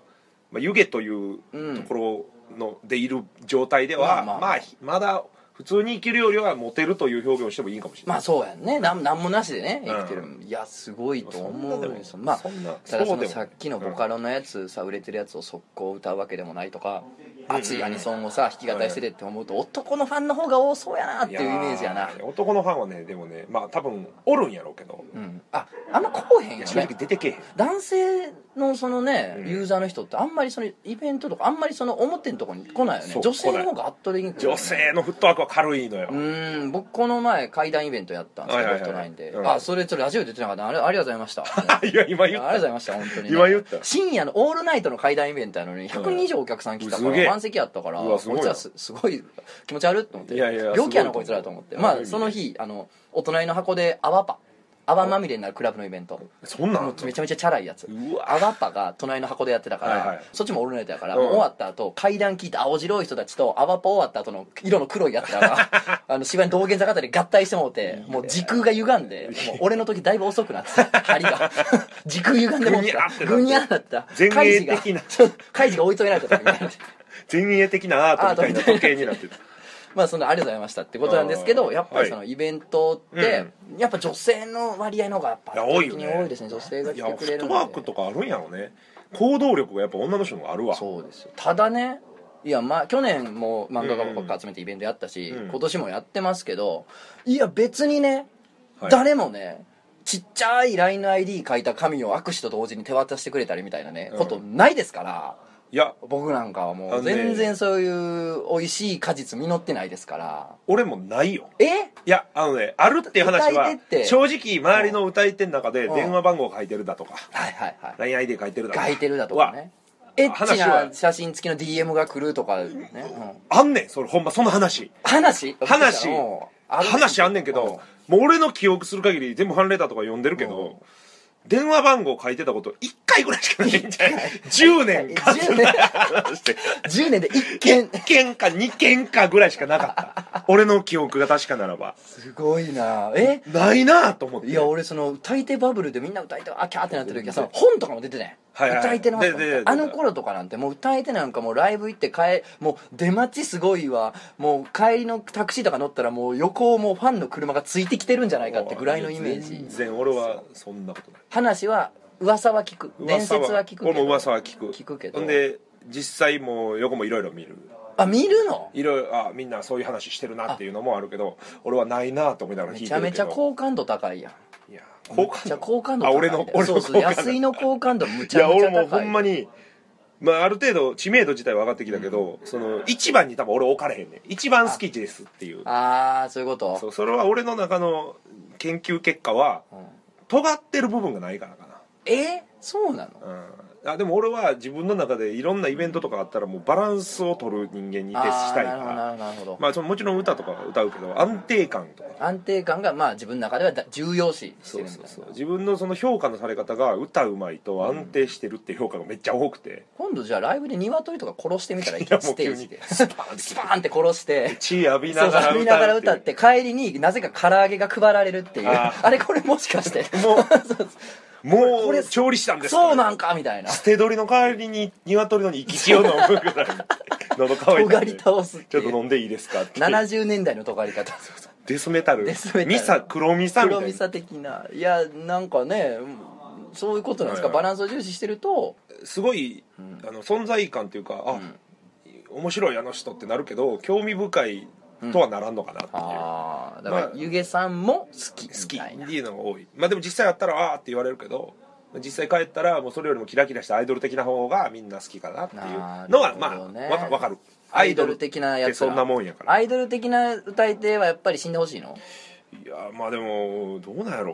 C: まあ、湯気という
A: うん
C: ところのでいる状態では、
A: まあま
C: ま
A: あ
C: あひまだ普通に生きるよりはモテるという表現をしてもいいかもしれない、
A: まあそうやんねなんなんもなしでね生きてる、いやすごいと
C: そん
A: 思
C: な
A: う
C: で
A: よ
C: も
A: そまあ
C: そんな
A: ただそ
C: そうで
A: の
C: も
A: さっきのボカロのやつさ売れてるやつを速攻歌うわけでもないとか熱いアニソンをさ弾き語りしててって思うと男のファンの方が多そうやなっていうイメージやない
C: ー男のファンはねでもねまあ多分おるんやろうけど、
A: うんああんまこうへん
C: い
A: よ
C: や正
A: ね
C: 直出てけえへん
A: 男性のそのね
C: うん
A: ユーザーの人ってあんまりそのイベントとかあんまりその表のとこに来ないよね
C: そう
A: 女性の方が圧倒的に来るよね
C: 女性のフットワークは軽いのよ、
A: うーん僕この前怪談イベントやったんですけど
C: はい
A: ラ
C: はいはい
A: インで、
C: うん
A: あそれちょっとラジオ出てなかったあれありがとうございましたあ
C: いや今
A: り
C: 言っ
A: がとうございま
C: た
A: した本当に、
C: 今言った
A: 深夜のオールナイトの怪談イベントやのに100人以上お客さん来たか
C: うんす
A: ら
C: げえ
A: 満席やったから
C: うわすごいな
A: こいつらすすごい気持ち悪いと思って
C: いやいや
A: 病気やな
C: すご
A: こい
C: い
A: つ
C: と思
A: ら
C: う
A: と思って
C: うん
A: まあその日あのお隣の箱で泡パ泡まみれになるクラブのイベント
C: そんなんあん
A: も
C: の
A: うめちゃめちゃチャラいやつ
C: うわ
A: アガパが隣の箱でやってたから、
C: はいはい
A: そっちもオールナイトやから、
C: うん
A: もう終わった後階段聞いた青白い人たちとアガパ終わった後の色の黒いやつらが あの芝居の道玄坂辺りで合体してもうてもう時空が歪んでもう俺の時だいぶ遅くなってた針が時空歪んでもう
C: ぐにゃーってなって
A: ぐにゃーなった
C: 前衛
A: カイジが
C: 的な
A: ちょカイジが追い詰められた時みたいな
C: 前衛的なアートみたいな時計になってる
A: まあそんなありがとうございましたってことなんですけど
C: あー
A: やっぱりそのイベントって、やっぱ女性の割合の方がやっぱ
C: いや多いよね
A: 圧倒的に多いですね女性が
C: い
A: 来
C: やフ
A: てくれ
C: ッ
A: るの
C: ト
A: で
C: ワークとかあるんやろね行動力がやっぱ女の人の方があるわ
A: そうですよただねいやまあ去年も漫画家ばっか集めてイベントやったし、
C: うん
A: 今年もやってますけどいや別にね、
C: はい
A: 誰もねちっちゃい LINEID 書いた紙を握手と同時に手渡してくれたりみたいなね、
C: うん
A: ことないですから
C: いや
A: 僕なんかはも
C: あ
A: う
C: のね
A: 全然そういう美味しい果実実ってないですから
C: 俺もないよ
A: え
C: いやあのねあるっていう話
A: 歌
C: はい
A: 手って
C: 正直周りの歌い手の中で
A: うん
C: 電話番号が書いてるだとか
A: はいはいはい
C: LINE ID 書いてるだとか
A: 書いてるだとかねエッチ
C: 話は
A: な写真付きの DM が来るとかね、うん
C: あんねんそれほんまその話
A: 話
C: 話
A: うんある
C: 話あんねんけどもう俺の記憶する限り全部ファンレターとか読んでるけど電話番号書いてたこと1回ぐらいしかないんじ ゃない10年か
A: 10年
C: 話して
A: 10年で一件
C: 1件か2件かぐらいしかなかった俺の記憶が確かならば
A: すごいなえ
C: ないなぁと思って
A: いや俺その歌い手バブルでみんな歌い手あキャーってなってる時はその本とかも出てね
C: はいはい
A: 歌い手の本とか
C: 出て出て出て
A: あの頃とかなんてもう歌い手なんかもうライブ行って帰もう出待ちすごいわもう帰りのタクシーとか乗ったらもう横をもうファンの車がついてきてるんじゃないかってぐらいのイメージ
C: 全然俺はそんなことない
A: 話は噂は聞く伝説は聞くけど
C: 俺も噂は聞く
A: 聞くけど
C: ほんで実際もう横もいろいろ見る
A: あ見るの
C: いろいろあみんなそういう話してるなっていうのもあるけど俺はないなぁと思いながら
A: め
C: 聞い
A: ち
C: て
A: ゃ
C: るけど
A: めちゃ好感度高いやん
C: いや好感
A: じゃ
C: 度
A: あ好感度
C: あ
A: 高い
C: 俺の俺の
A: そうそう
C: 好感度
A: 安井の好感度む
C: い
A: ち
C: や
A: ゃむちゃ
C: 俺
A: 高い
C: もほんまにまあある程度知名度自体は上がってきたけど、その一番に多分俺置かれへんねん一番好きですっていう
A: ああそういうこと
C: そうそれは俺の中の研究結果は
A: うん
C: 尖ってる部分がないからか
A: えそうなの
C: な、うん、あでも俺は自分の中でいろんなイベントとかあったらもうバランスを取る人間に徹したいか
A: あーなるほど
C: ら
A: なるほど、
C: まあそのもちろん歌とかは歌うけど安定感とか
A: 安定感がまあ自分の中ではだ重要視して
C: そ
A: る
C: う
A: みたい
C: そう
A: な
C: そう自分のその評価のされ方が歌うまいと安定してるっていう評価がめっちゃ多く て、
A: 今度じゃあライブで鶏とか殺してみたらいい
C: いやも
A: ス
C: う
A: テ
C: 急
A: ー
C: に
A: ジでスパーンスパーンって殺して
C: 血浴び
A: そう
C: な
A: そ
C: が
A: う
C: ら歌う
A: 浴びながら歌って帰りになぜか唐揚げが配られるっていう
C: あ
A: あ
C: ー
A: れこれもしかして
C: もう
A: そうそう
C: も
A: これ
C: う調理したんです
A: そうなんんかみたいな
C: 捨て鳥の代わりに鶏の生き血を飲むぐら い喉乾い
A: 尖
C: たん
A: り
C: で
A: 倒すって
C: ちょっ
A: い
C: と
A: う
C: 飲んでいいですかって
A: 70年代の尖り方
C: デスメタル
A: デスメタル
C: ミサ黒ミサみた
A: 黒
C: いな
A: みさ的ないやなんかねうんそういうことなんですか
C: はい
A: バ
C: はい
A: ランスを重視してると
C: すごい、あの存在感というかあ、
A: うん
C: 面白いあの人ってなるけど興味深いとはならんのかなっていう、
A: ああだから
C: まあ
A: 湯気さんも好き
C: 好き
A: みたいな
C: っていうのが多いまあでも実際やったらああって言われるけど実際帰ったらもうそれよりもキラキラしたアイドル的な方がみんな好きかなっていうのは
A: な
C: ま
A: るほ
C: あ
A: ど
C: わ
A: ね
C: かわかる
A: アイドル的なやつ
C: ってそんなもんやから
A: アイドル的な歌い手はやっぱり死んでほしいの
C: いやまあでもどうなん やろ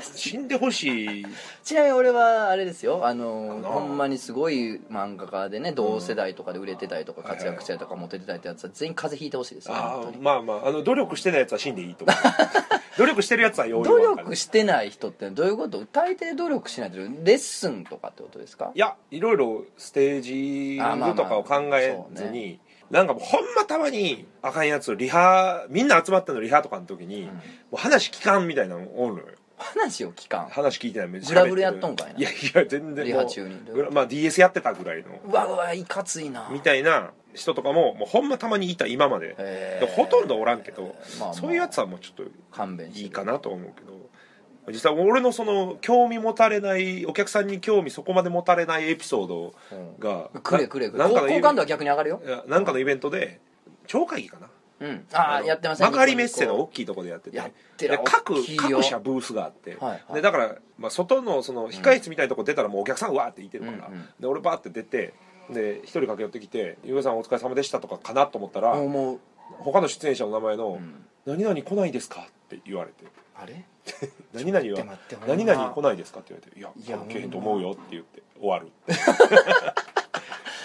C: 死んでほしい
A: ちなみに俺はあれですよあの
C: な
A: ほんまにすごい漫画家でね同世代とかで売れてたりとか
C: はいはい
A: 活躍したりとかモテてたりってやつは全員風邪ひいてほしいですよ
C: あ
A: 本当
C: あ
A: に
C: まあまああの努力してないやつは死んでい いと思う努力してるやつは容易
A: 努
C: わかる
A: 力してない人ってどういうこと歌い手で努力しないとレッスンとかってことですか
C: いやいろいろステージ
A: あまあまあ
C: とかを考えず
A: そう
C: に、なんかもうほんまたまにあかんやつリハみんな集まってのリハとかの時に、もう話聞かんみたいなのおるのよ
A: 話を聞かん
C: 話聞いてない
A: グラブルやっとんかいない
C: やいや全然もう
A: リハ中に
C: グラまあ DS やってたぐらいの
A: うわうわいかついな
C: みたいな人とかももうほんまたまにいた今まで
A: へー
C: でほとんどおらんけど、
A: まあまあ
C: そういうやつはもうちょっと
A: 勘弁してる
C: いいかなと思うけど実際俺のその興味持たれないお客さんに興味そこまで持たれないエピソードが、
A: くれくれくれ
C: ななんか
A: 好
C: の
A: 好感度は逆に上がるよ
C: いやなんかのイベントで町会議かな
A: うんああ
C: の
A: やってました
C: 幕張メッセの大きいところでやってて
A: やってる
C: で各
A: 大きいよ
C: 各社ブースがあって、
A: はいはい
C: でだから、まあ、外のその控室みたいなとこ出たらもうお客さんうわーっていてるから、
A: うんうん
C: で俺バーって出てで一人駆け寄ってきて「ゆうべさんお疲れ様でした」とかかなと思ったら、
A: もうもう
C: 他の出演者の名前の
A: ん
C: 「何々来ないですか?」って言われて
A: あれ
C: 「何々
A: ちょっと
C: は
A: 待ってほんま
C: 何々来ないですか?」って言われて「いや
A: いや
C: 関係へんと思うよ」って言って終わる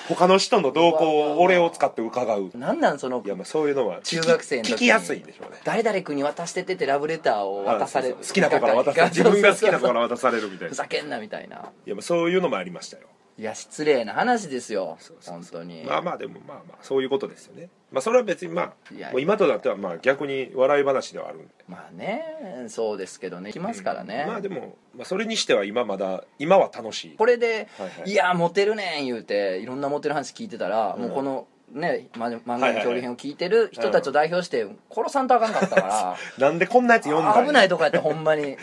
C: 他の人の動
A: うわうわ
C: 向
A: う
C: を
A: わ
C: 俺を使って伺う
A: なんなんその
C: いやまあそういうのは
A: 中学生の時に
C: 聞きやすいんでしょうね
A: 誰々君に渡してってってラブレターを渡される
C: あそうそう好きな子から 渡される自分が好きな子から渡されるみたい
A: ふ
C: な
A: ざけんなみたいない
C: やまあそういうのもありましたよ
A: いや失礼な話ですよ本当に
C: まあまあでもまあまあそういうことですよねまあそれは別にま
A: いや
C: あもう今となってはまあ逆に笑い話ではあるんで
A: まあねそうですけどね来ますからね、
C: まあでも、まあ、それにしては今まだ今は楽しい
A: これで「
C: はいはい
A: いやモテるねん」言うていろんなモテる話聞いてたら、
C: うん
A: もうこのねま漫画の恐竜編を聞いてる人たちを代表して殺さんとあかんかった か
C: なんでこんなやつ読んだ
A: ら
C: ん
A: 危ないとこやったほんま に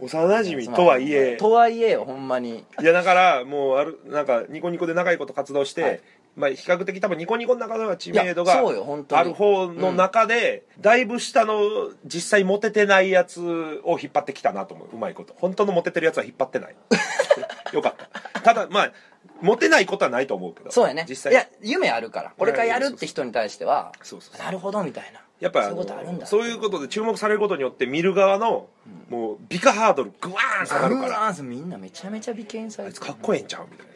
C: 幼馴染とはいえ
A: とはいえよほんまに
C: いやだからもうあるなんかニコニコで長いこと活動して、
A: はい
C: まあ比較的多分ニコニコの中では知
A: い
C: 名度
A: や
C: が
A: そうよ本当に
C: ある方の中で、だいぶ下の実際モテてないやつを引っ張ってきたなと思ううまいこと本当のモテてるやつは引っ張って ないよかったただまあモテないことはないと思うけど
A: そうやね
C: 実際
A: いや夢あるからこれからやるって人に対しては
C: そうそうそう
A: なるほどみたいな
C: やっぱ
A: そう
C: あ
A: いう
C: の
A: ことあるんだ
C: そういうことで注目されることによって見る側の、もう美化ハードルグワーン下がる
A: グ
C: か
A: ー
C: ら
A: ランスみんなめちゃめちゃ美形にさ
C: あ
A: れ
C: い
A: て
C: つ
A: る
C: かっこええんちゃうみたいな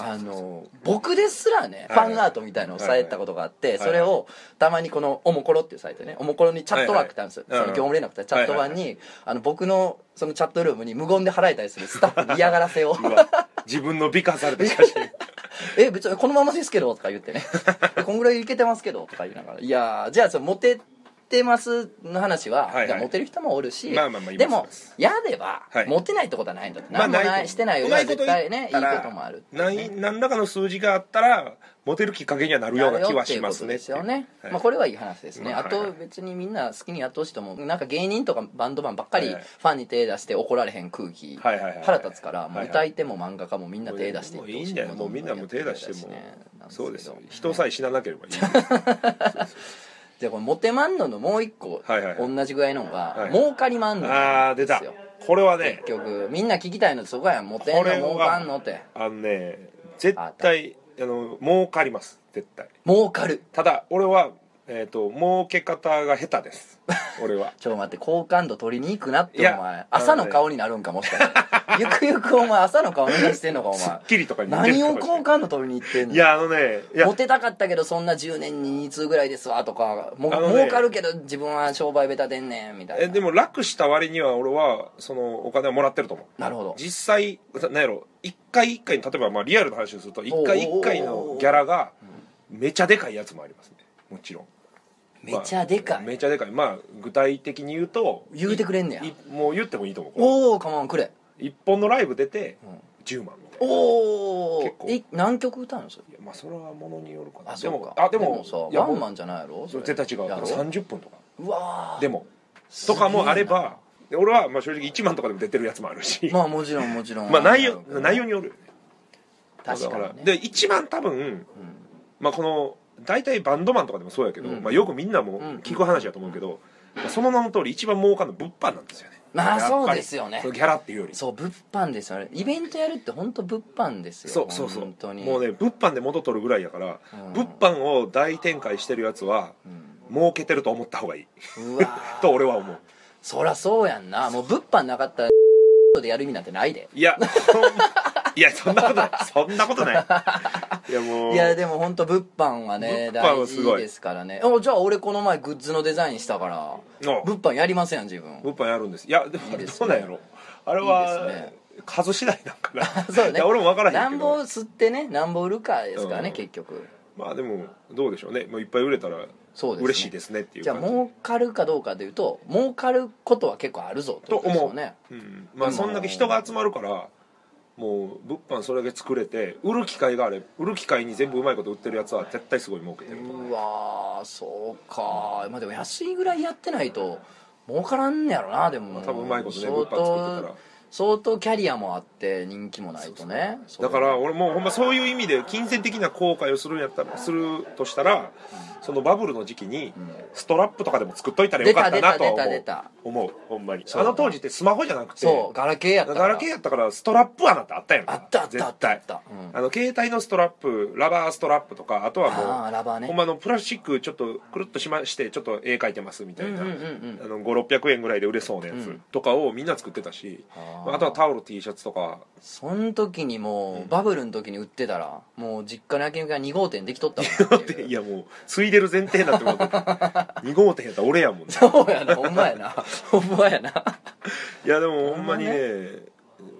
A: あの僕ですらね、
C: はいはい
A: ファンアートみたいなのをされたことがあって、
C: はいはい
A: それをたまにこの「おもころ」っていうサイトねおもころにチャットワークってあるんですよ、
C: はいは
A: そ
C: い
A: の
C: う
A: 業務
C: ん
A: 連絡ってチャット版に、あの僕のそのチャットルームに無言で払えたりするスタッフに嫌がらせを
C: うわ自分の美化された写真
A: 「 え別にこのままですけど」とか言って ね「えこんぐらいいけてますけど」とか言いながら「いやーじゃあそのモテてます」の話は、
C: はいはい
A: じゃあモテる人もおるし、
C: まあまあまあいます
A: でも
C: います
A: 嫌では、
C: はい
A: モテないってことはないんだって、
C: まあ
A: 何も
C: な
A: ない
C: いと思
A: うしてないよりは絶対ねいいこともあるっていうね
C: 何何らかの数字があったらモテるきっかけにはなるような気はします
A: なる
C: ね
A: よっていうことですよね、
C: はい
A: まあ、これはいい話ですね、
C: まあ
A: あ
C: はい
A: と
C: はい
A: 別にみんな好きにやってほしいと思うなんか芸人とかバンドマンばっかり
C: は
A: フ
C: いはい
A: ァンに手出して怒られへん空気、
C: はいはいはいはい
A: 腹立つからもう
C: はいはい
A: 歌い手も漫画家もみんな手出して
C: も
A: っ
C: う
A: て
C: い
A: ほし
C: いんだよもうみんなもう手出してもそうですよ人
A: さ
C: さえ死ななけ ればいいです
A: じゃあこのモテマンののもう一個、
C: はいはいはい
A: 同じぐらいのが、
C: はい
A: 儲かりマンの
C: ああ出た
A: ですよ
C: これはね
A: 結局みんな聞きたいのってそこやんモテんの
C: これは
A: 儲かんのって
C: あのね絶対あの儲かります絶対
A: 儲かる
C: ただ俺はえっ、と儲け方が下手です 俺は
A: ちょっと待って好感度取りに行くなって
C: いや
A: お前
C: あのね
A: 朝の顔になるんかもしかしてゆくゆくお前朝の顔目指してんのかお
C: す
A: 前
C: っきりとかに似てる
A: 何
C: か
A: を
C: もしれ
A: 好
C: ない
A: 感度取りに行ってんの
C: いやあのねいや
A: モテたかったけどそんな10年に2通ぐらいですわとかも、
C: あのね
A: 儲かるけど自分は商売ベタでんねんみたいな
C: えでも楽した割には俺はそのお金はもらってると思う
A: なるほど
C: 実際ななんやろ一回一回に例えばまあリアルな話をすると一回
A: おー
C: 一回のギャラがめちゃでかいやつもありますねもちろん
A: めちゃでか
C: まあめ
A: い
C: ちゃでかいまあ具体的に言うと
A: 言うてくれんねや
C: いもう言ってもいいと思うこ
A: おおかまんくれ
C: れ一本のライブ出て
A: うん
C: 10万みたいな
A: おお
C: 結構
A: え何曲歌うのそれ
C: いやまあそれはものによるかな
A: あそうか
C: あで
A: で
C: も
A: もさ
C: いや
A: ワンマンじゃないやろそれ
C: 絶対違う
A: やろ
C: 30分とか
A: うわー
C: でも
A: す
C: と
A: げえな
C: かもあればで俺はまあ正直1万とかでも出てるやつもあるし
A: まあもちろんもちろん
C: まあ内容内容によるよね
A: 確
C: だから
A: かにね
C: で一番多分、
A: ん
C: まあ、この大体バンドマンとかでもそうやけど、
A: うん
C: まあ、よくみんなも
A: うん
C: 聞く話だと思うけど、まあその名の通り一番儲かるの物販なんですよね
A: まあ
C: やっぱり
A: そうですよね
C: そのギャラっていうより
A: そう物販ですよねイベントやるって本当物販ですよ
C: そうそうそう
A: 本当に
C: もうね物販で元取るぐらいやから、
A: うん
C: 物販を大展開してるやつは、
A: ん
C: 儲けてると思った方がいいう
A: わー
C: と俺は思う
A: そらそうやん なもう物販なかったらでやる意味なんてないで
C: いやほんまいやそんなことないそんなことないいやも う
A: いやでも本当物販はね
C: 物販
A: 大
C: はす
A: 事
C: ごい
A: ですからねおじゃあ俺この前グッズのデザインしたから
C: お
A: 物販やりません自分
C: 物販やるんですいやでも
A: いいですね
C: どうなんやろあれ
A: いい
C: は
A: ですね
C: 数次第なんかな
A: そう
C: い
A: ね
C: や俺も分からへんけど
A: なんぼ吸ってねなんぼ売るかですからね
C: うん
A: 結局
C: まあでもどうでしょうねもういっぱい売れたら
A: そうですね
C: 嬉しいですねっていう
A: じゃあ
C: 感じ
A: 儲かるかどうかでいうと儲かることは結構あるぞ
C: と
A: ってことです
C: 思
A: よ
C: う、
A: ね
C: うん、まあ
A: でも
C: そんだけ人が集まるからもう物販それだけ作れて売る機会があれ売る機会に全部うまいこと売ってるやつは絶対すごい儲けてる
A: うわーそうかまあでも安いぐらいやってないと儲からんねやろなでも、
C: まあ多分うまいことね
A: 相
C: 物販作ってた
A: 当
C: ら
A: 相当キャリアもあって人気もないとね
C: だから俺もうほんまそういう意味で金銭的な後悔をするんやったらするとしたらそのバブルの時期に
A: うん
C: ストラップとかでも作っといたらよかったなと
A: 出た
C: は
A: 出
C: 思
A: た出た出
C: う
A: た
C: 思うほんまに
A: そう
C: あの当時ってスマホじゃなくて
A: そうガラケーやったから
C: ガラケーやったからストラップ穴ってあったやんか
A: あったあったあ
C: 絶
A: ったあ
C: 対
A: ったうん
C: あの携帯のストラップラバーストラップとかあとはもう
A: あーラバーね
C: ほんまのプラスチックちょっとくるっとしましてちょっと絵描いてますみたいな、
A: うんうんうんうん
C: あの5600円ぐらいで売れそうなや
A: う
C: つ
A: ん
C: とかをみんな作ってたし、
A: あー
C: まあ、あとはタオル T シャツとか
A: そん時にもうバブルの時に売ってたらもう実家の焼肉が2号店できとったもんっていう
C: いやもうついでる前提になってもらって2号店やったら俺や もんね
A: そうやなほんまやなほんまやない
C: やでもほんまにね
A: ほん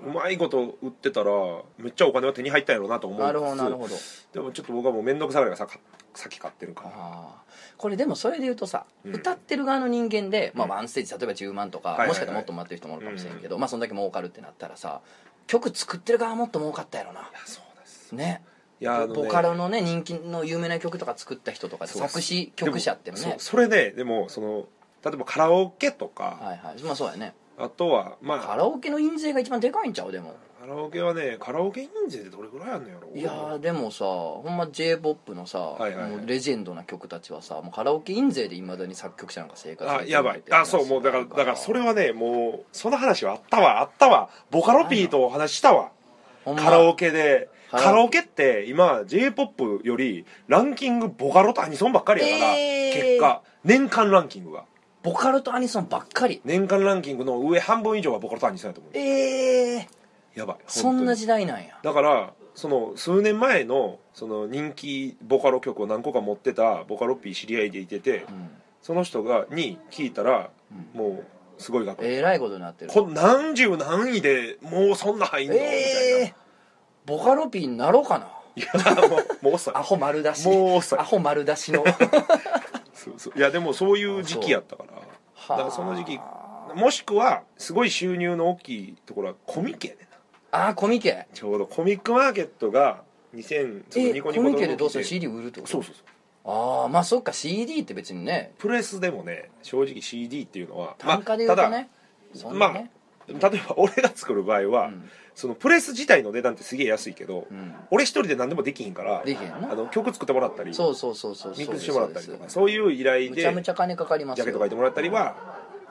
C: うまいこと売ってたらめっちゃお金は手に入ったんやろうなと思う
A: なるほどなるほど
C: でもちょっと僕はもう面倒くさがりがさか先買ってるから
A: あーこれでもそれで言うとさ、
C: うん
A: 歌ってる側の人間で、まあ、ワンステージ例えば10万とか、
C: いはいはい
A: もしかしたらもっともらってる人もおるかもしれんけど、まあそんだけ儲かるってなったらさ曲作ってる側はもっと儲かったやろな
C: そうです
A: ね
C: いやあのね
A: ボカロのね人気の有名な曲とか作った人とかで
C: そうです
A: 作詞曲者ってね
C: でもそうそれねでもその例えばカラオケとか、
A: はいはいまあそうやね
C: あとはまあ
A: カラオケの印税が一番でかいんちゃうでも
C: カラオケはねカラオケ印税でどれぐらいあんのやろ
A: いやーでもさほんま j p o p のさ、
C: はいはいはい
A: もうレジェンドな曲たちはさもうカラオケ印税でいまだに作曲者なんか生活
C: あやばいあそうもうだからだからそれはねもうその話はあったわあったわボカロ P とお話したわカラオ
A: ケ
C: ケで
A: はい
C: カラオケって今 j p o p よりランキングボカロとアニソンばっかりやから、
A: えー
C: 結果年間ランキングが
A: ボカロとアニソンばっかり
C: 年間ランキングの上半分以上はボカロとアニソンやと思う
A: ええ
C: やばい
A: そんな
C: 本
A: 時代なんや
C: 当にだからその数年前のその人気ボカロ曲を何個か持ってたボカロ P 知り合いでいてて、
A: うん
C: その人がに聞いたら、
A: うん
C: もうすごい額、
A: えらいことになってる
C: こ何十何位でもうそんな入んの、
A: ええボカロ P になろうかな
C: みたいないやもうもう遅い
A: アホ丸出し
C: もう遅い
A: アホ丸出し の
C: そうそういやでもそういう時期やったから
A: そう
C: だからその時期
A: は
C: もしくはすごい収入の大きいところはコミケやねんな
A: ああコミケ
C: ちょうどコミックマーケットが2000その
A: え
C: ニコ
A: コ
C: ニコ
A: ミ
C: 動
A: ケ
C: 画
A: でどうする
C: そう
A: CD 売るってこと
C: そうそう
A: ああまあそっか CD って別にね
C: プレスでもね正直 CD っていうのは
A: 単価で言うと
C: まあ
A: ね、そん
C: ま
A: な
C: あ
A: ね、
C: ただ例えば俺が作る場合は、
A: うん
C: そのプレス自体の値段ってすげえ安いけど、
A: うん
C: 俺一人で何でもできひんから
A: できへんな
C: あの曲作ってもらったり
A: そうそうそうそう
C: ミッ
A: そう
C: ク
A: で
C: スし
A: す
C: てもらったりと
A: そう
C: か
A: です
C: そういう依頼で
A: む
C: ジ
A: ちゃむ
C: ャ
A: ちゃ金かかります
C: ケ
A: よ
C: ット書いてもらったりは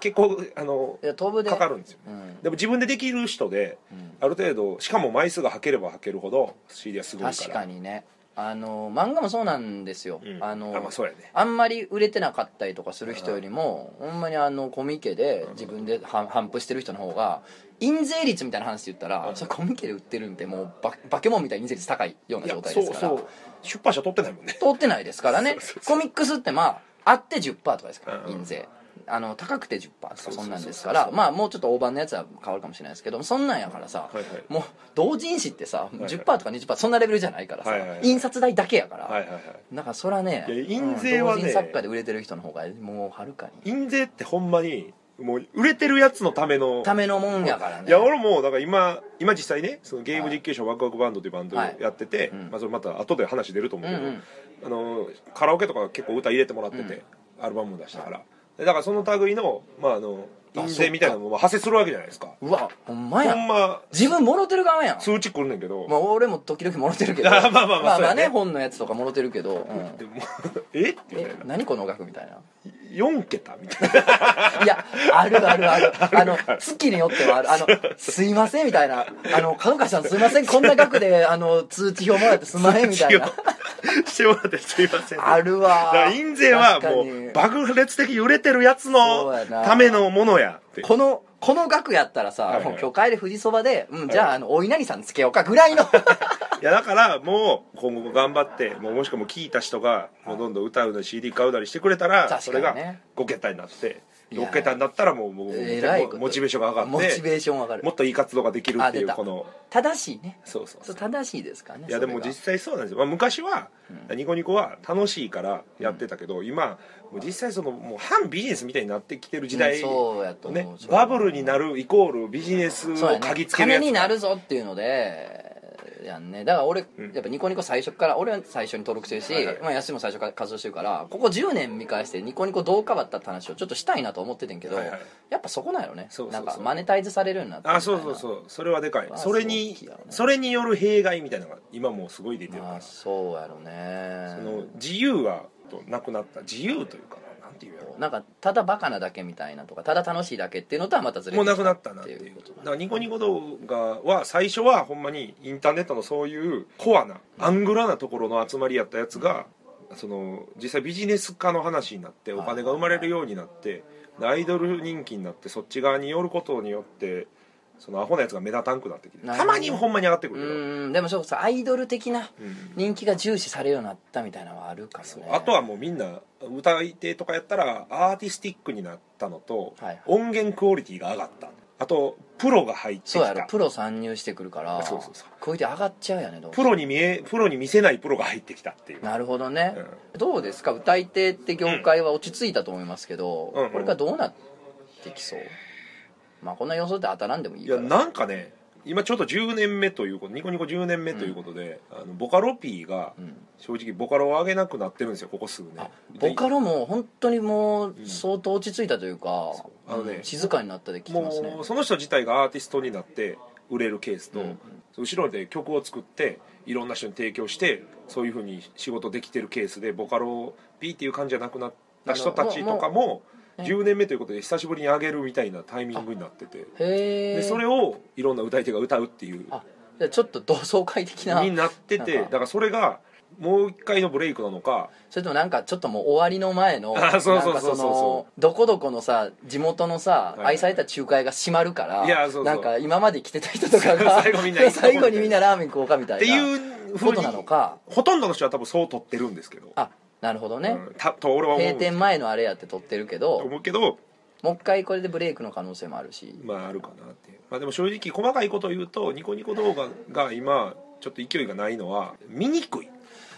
C: 結構あの
A: いや飛ぶで
C: かかるんですよ
A: う
C: ね
A: ん
C: でも自分でできる人で
A: うん
C: ある程度しかも枚数がはければはけるほど CD はすごいから
A: 確かにねあの漫画もそうなんですよ、
C: うん
A: あの
C: あまあそうやね
A: あんまり売れてなかったりとかする人よりもほんまにあのコミケで自分では反布してる人の方が印税率みたいな話で言ったら、
C: うん
A: それコミケで売ってるんでもうババケモンみたいに印税率高いようない
C: や
A: 状態
C: そ
A: で
C: う
A: すから
C: そう出版社取ってないもんね
A: 通ってないですからねコミックスってまああって10%とかですから、
C: うん
A: 印税あの高くて10%とかそんなんですか
C: そうそうそう
A: ら
C: そう
A: まあもうちょっと大盤のやつは変わるかもしれないですけどそんなんやからさ、
C: はいはい
A: もう同人誌ってさ
C: はい
A: 10%とか20%そんなレベルじゃないからさ、
C: はいはいはい
A: 印刷代だけやから、
C: はいはいはい
A: だからそらね
C: いや印税はね
A: 同人作家で売れてる人の方がもうはるかに
C: 印税ってほんまにもう売れてるやつのための
A: ためのもんやからね
C: いや俺もだから今今実際ねそのゲーム実況者ワクワクバンドというバンドを
A: はい
C: やってて、
A: うん
C: まあ、それまた後で話出ると思うけど、
A: うんうん
C: あのカラオケとか結構歌入れてもらってて、アルバムも出したから、でだからその類の,、まあ、あの
A: あ
C: 印税みたいなのもまあ派生するわけじゃないですか
A: うわほんま
C: ほ
A: や
C: んま
A: 自分もろてる側やん
C: 通知来るねんけど、
A: まあ俺も時々もろてるけど
C: まあまあまあそうやね
A: ね本のやつとかもろてるけど、うん
C: でも えってみた
A: え
C: いな
A: 何この額みたいな
C: 4桁みたいない
A: やあるある あるあの月によってはあるあの「すいません」みたいな「あの角川さんすいませんこんな額であの通知表もらってすんまへん」みたいな
C: してもらってすいません
A: あるわ
C: だから印税は
A: 確
C: も
A: かに
C: う爆裂的に売れてるやつの
A: そうやな
C: ためのものやって
A: このこの額やったらさ、
C: はいはい
A: もう魚介で富士そばで、うん、じゃあ,、あのお稲荷さんつけようかぐらい の
C: いやだからもう今後も頑張ってもうもしくはもう聞いた人がもうどんどん歌うの CD 買うなりしてくれたら、
A: 確
C: そ
A: か
C: れ
A: にね
C: が5桁になって
A: いや
C: 6桁になったらもうもう
A: えらいこと
C: モチベーションが上がって
A: モチベーション上がる
C: もっといい活動ができる
A: あ
C: ってい
A: 出
C: う
A: た
C: この
A: 正しいね
C: そうそう
A: そ
C: そう
A: う正しいですからね
C: いやでも
A: それ
C: 実
A: が
C: 際そうなんですよ、まあ、昔は、ニコニコは楽しいからやってたけど、今もう実際そのもう反ビジネスみたいになってきてる時
A: う
C: 代、
A: んそうやと思う
C: ね
A: そう
C: バブルになるイコールビジネスを
A: そうやね
C: 嗅ぎつける
A: 金
C: やつ
A: になるぞっていうのでやんねだから俺、
C: ん
A: やっぱニコニコ最初から俺は最初に登録してるし、
C: はいはい
A: まあ、安井も最初から活動してるからここ10年見返してニコニコどう変わったって話をちょっとしたいなと思っててんけど、
C: はいはい
A: やっぱそこなんやろね
C: そうそうそう
A: なんかマネタイズされるようになって
C: あそうそうそうそれはでかい
A: まあ
C: そ
A: そ
C: れ
A: う大
C: に
A: きいやろね
C: それによる弊害みたいなのが今もうすごい出てるか
A: まあ
C: ら
A: そうやろね
C: その自由がとなくなった自由というかなんていうやろ
A: なんかただバカなだけみたいなとかただ楽しいだけっていうのとはまたずれ
C: もう
A: て
C: な
A: き
C: く
A: た
C: な
A: っ
C: ったなってて
A: い
C: いうう
A: こと
C: だ
A: なん
C: か
A: だ
C: らニコニコ動画は最初はほんまにインターネットのそういうコアなアングラなところの集まりやったやつが、その実際ビジネス化の話になってお金が生まれるようになって、でアイドル人気になってそっち側によることによってそのアホなやつが目立たんくなってきて
A: なる
C: た
A: ほど
C: まにほんまに上がってく
A: う
C: るけど、
A: ーんでもそうさアイドル的な
C: うん
A: 人気が重視されるようになったみたいなのはあるからね
C: あとはもうみんな歌い手とかやったらアーティスティックになったのと、
A: はい
C: 音源クオリティが上がったあとプロが入ってき
A: そうやろ
C: た
A: プロ参入してくるから
C: そうそうそう
A: こういうて上がっちゃうやねどう
C: プロに見えプロに見せないプロが入ってきたっていう
A: なるほどね、どうですか歌い手って業界は落ち着いたと思いますけど、
C: うんうん
A: これからどうなってきそうまあこんな予想って当たらんでもいい
C: い
A: か
C: や
A: ら
C: なんかね今ちょっと10年目ということニコニコ10年目ということで、あのボカロ P が
A: うん
C: 正直ボカロを上げなくなってるんですよここ数年
A: あボカ
C: ロ
A: ロも本当にもう
C: うん
A: 相当落ち着いたというか、
C: うあのね
A: うん静かになったで聞きますね
C: もうその人自体がアーティストになって売れるケースと、
A: うん
C: 後ろで曲を作っていろんな人に提供してそういうふうに仕事できてるケースでボカロ P っていう感じじゃなくなった人たちとかも
A: もうもう
C: 10年目ということで久しぶりに上げるみたいなタイミングになってて
A: へえ
C: でそれをいろんな歌い手が歌うっていう
A: あじゃあちょっと同窓会的な
C: になって
A: な
C: て
A: ん
C: だ
A: か
C: からそれがもう一回のブレイクなのか
A: それともなんかちょっともう終わりの前の
C: あそうそうそうそう
A: なんかのどこどこのさ地元のさ、
C: はい
A: 愛された仲介が閉まるから
C: いやそうそう
A: なんか今まで来てた人とかが
C: 最後みんな行こうみたいな
A: 最後にみんなラーメン食おうかみたい
C: っ
A: な
C: ていうふ
A: こ
C: う
A: と
C: に
A: なのか
C: ほとんどの人は多分そう取ってるんですけど、
A: あなるほど
C: う
A: ね、
C: んたと俺は思う
A: 閉店前のあれやって撮ってるけ
C: と
A: ど
C: 思うけど
A: もう一回これでブレイクの可能性もあるし
C: まああるかなっていう、まあ、でも正直細かいことを言うとニコニコ動画が今ちょっと勢いがないのは見にくい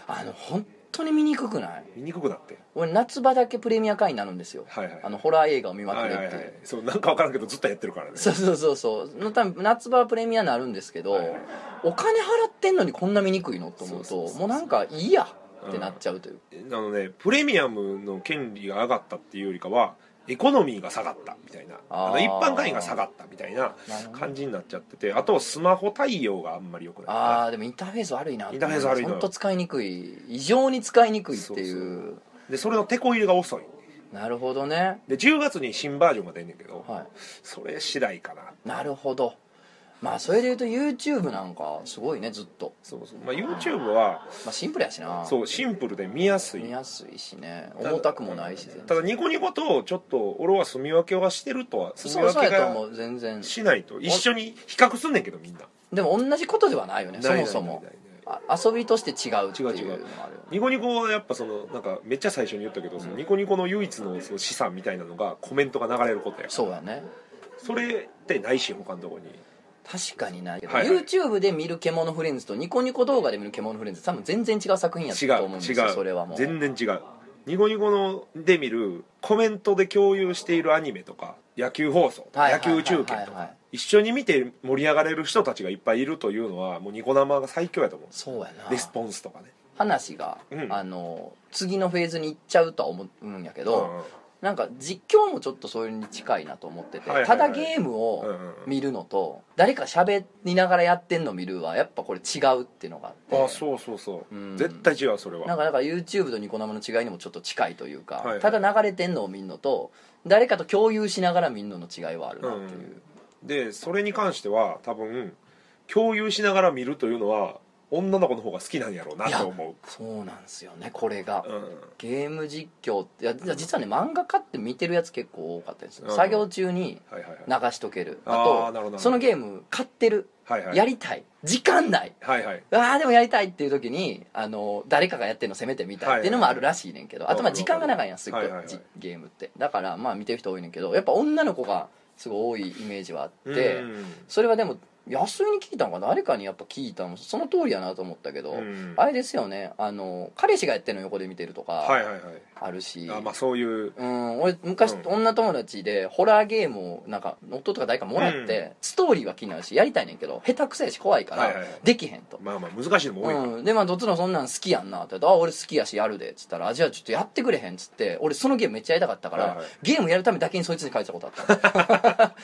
A: あの本当に見にくくない
C: 見にくくなって
A: 俺夏場だけプレミア会員になるんですよ、
C: はいはい
A: あのホラー映画を見まく
C: は
A: る
C: い
A: ってい
C: は
A: う、
C: いはいそうなんか分からんけどずっとやってるからね
A: そうそうそうそうのため夏場はプレミアになるんですけど、
C: はいはい
A: お金払ってんのにこんな見にくいのと思うと
C: そうそうそうそう
A: もうなんかいいやってなっちゃうという、
C: あのねプレミアムの権利が上がったっていうよりかはエコノミーが下がったみたいな
A: あー
C: あの一般会員が下がったみたいな
A: なるほど
C: 感じになっちゃっててあとスマホ対応があんまり良くない
A: ああでもインターフェース悪いな
C: インターフェース悪いのよ
A: 本当使いにくい異常に使いにくいっていう
C: そうでそれの手こ入れが遅い
A: なるほどね
C: で10月に新バージョンが出んねんけど、
A: は
C: それ次第かない
A: なるほどまあそれでいうと YouTube なんかすごいねずっと、
C: そうそう、まあ、YouTube は
A: まあ、シンプルやしな
C: そうシンプルで見やすい
A: 見やすいしね重たくもないし全
C: た
A: 然
C: だニコニコとちょっと俺は住み分けはしてるとは住み
A: そう
C: 分
A: そう
C: け
A: やと思
C: が
A: う全然
C: しないと一緒に比較すんねんけどみんな
A: でも同じことではないよねそ
C: ない
A: も
C: ない
A: そも
C: ないない
A: あ遊びとして違うっていうのがあるよ
C: 違う違う
A: ね
C: ニコニコはやっぱそのなんかめっちゃ最初に言ったけど、そのニコニコの唯一のその資産みたいなのがコメントが流れることや
A: そうやね
C: それってないし他のとこに
A: 確かにないけど、
C: はいはい
A: YouTube で見る「獣フレンズ」とニコニコ動画で見る「獣フレンズ」多分全然違う作品やっ
C: 違
A: たと思う
C: うん
A: です
C: 違
A: よ
C: う
A: それはもう
C: 全然違うニコニコので見るコメントで共有しているアニメとか野球放送、
A: はいはいはいはい
C: 野球中継と
A: はいは
C: か
A: い
C: 一緒に見て盛り上がれる人たちがいっぱいいるというのはもうニコ生が最強やと思う
A: そうやな
C: レスポンスとかね
A: 話が、
C: うん
A: あの次のフェーズに行っちゃうとは思うんやけど、
C: うんうん
A: なんか実況もちょっとそれに近いなと思ってて、
C: はいはい
A: た
C: はい
A: だゲームを見るのと、誰か喋りながらやってんの見るはやっぱこれ違うっていうのがあって
C: あそうそうそう、
A: うん
C: 絶対違うそれは
A: なんかだから YouTube とニコ生の違いにもちょっと近いというか、
C: はいはい
A: ただ流れてんのを見るのと誰かと共有しながら見るのの違いはあるなっていう、
C: でそれに関しては多分共有しながら見るというのは女の子の方が好きなんやろうない
A: や
C: と思
A: そうなんですよねこれが
C: う、うん、
A: ゲーム実況っていや実はね漫画家って見てるやつ結構多かったです、
C: うん
A: 作業中に
C: はいはいはい
A: 流しとける
C: あー
A: あ
C: なるほ
A: と
C: ど
A: そのゲーム買ってる、
C: はいはい
A: やりたい時間ない
C: はいはい
A: ああでもやりたいっていう時にあの誰かがやってるのせめてみたいっていうのもあるらしいねんけど、
C: はいはい
A: あとま
C: はい
A: あ時間が長いやんすっごい、
C: はいはいはい
A: じゲームってだからまあ見てる人多いねんけどやっぱ女の子がすごい多いイメージはあって、
C: うん
A: それはでも安井に聞いたのかな誰かにやっぱ聞いたのその通りやなと思ったけど、
C: うん
A: あれですよねあの彼氏がやってるの横で見てると
C: はい
A: か
C: はいはい
A: あるし、
C: あまあそういう
A: うん、俺昔、
C: うん
A: 女友達でホラーゲームをなんか夫とか誰かもらって、
C: う
A: ストーリーは気になるしやりたいねんけど下手くそやし怖いから、
C: はいはいはい
A: できへんと、
C: まあまあ難しいのも多いから、
A: うん、でまあどっちもそんなん好きやんなって言って「あ俺好きやしやるで」っつったら「あじゃあちょっとやってくれへん」っつって俺そのゲームめっちゃやりたかったから、
C: はいはい
A: ゲームやるためだけにそいつに書いてたことあった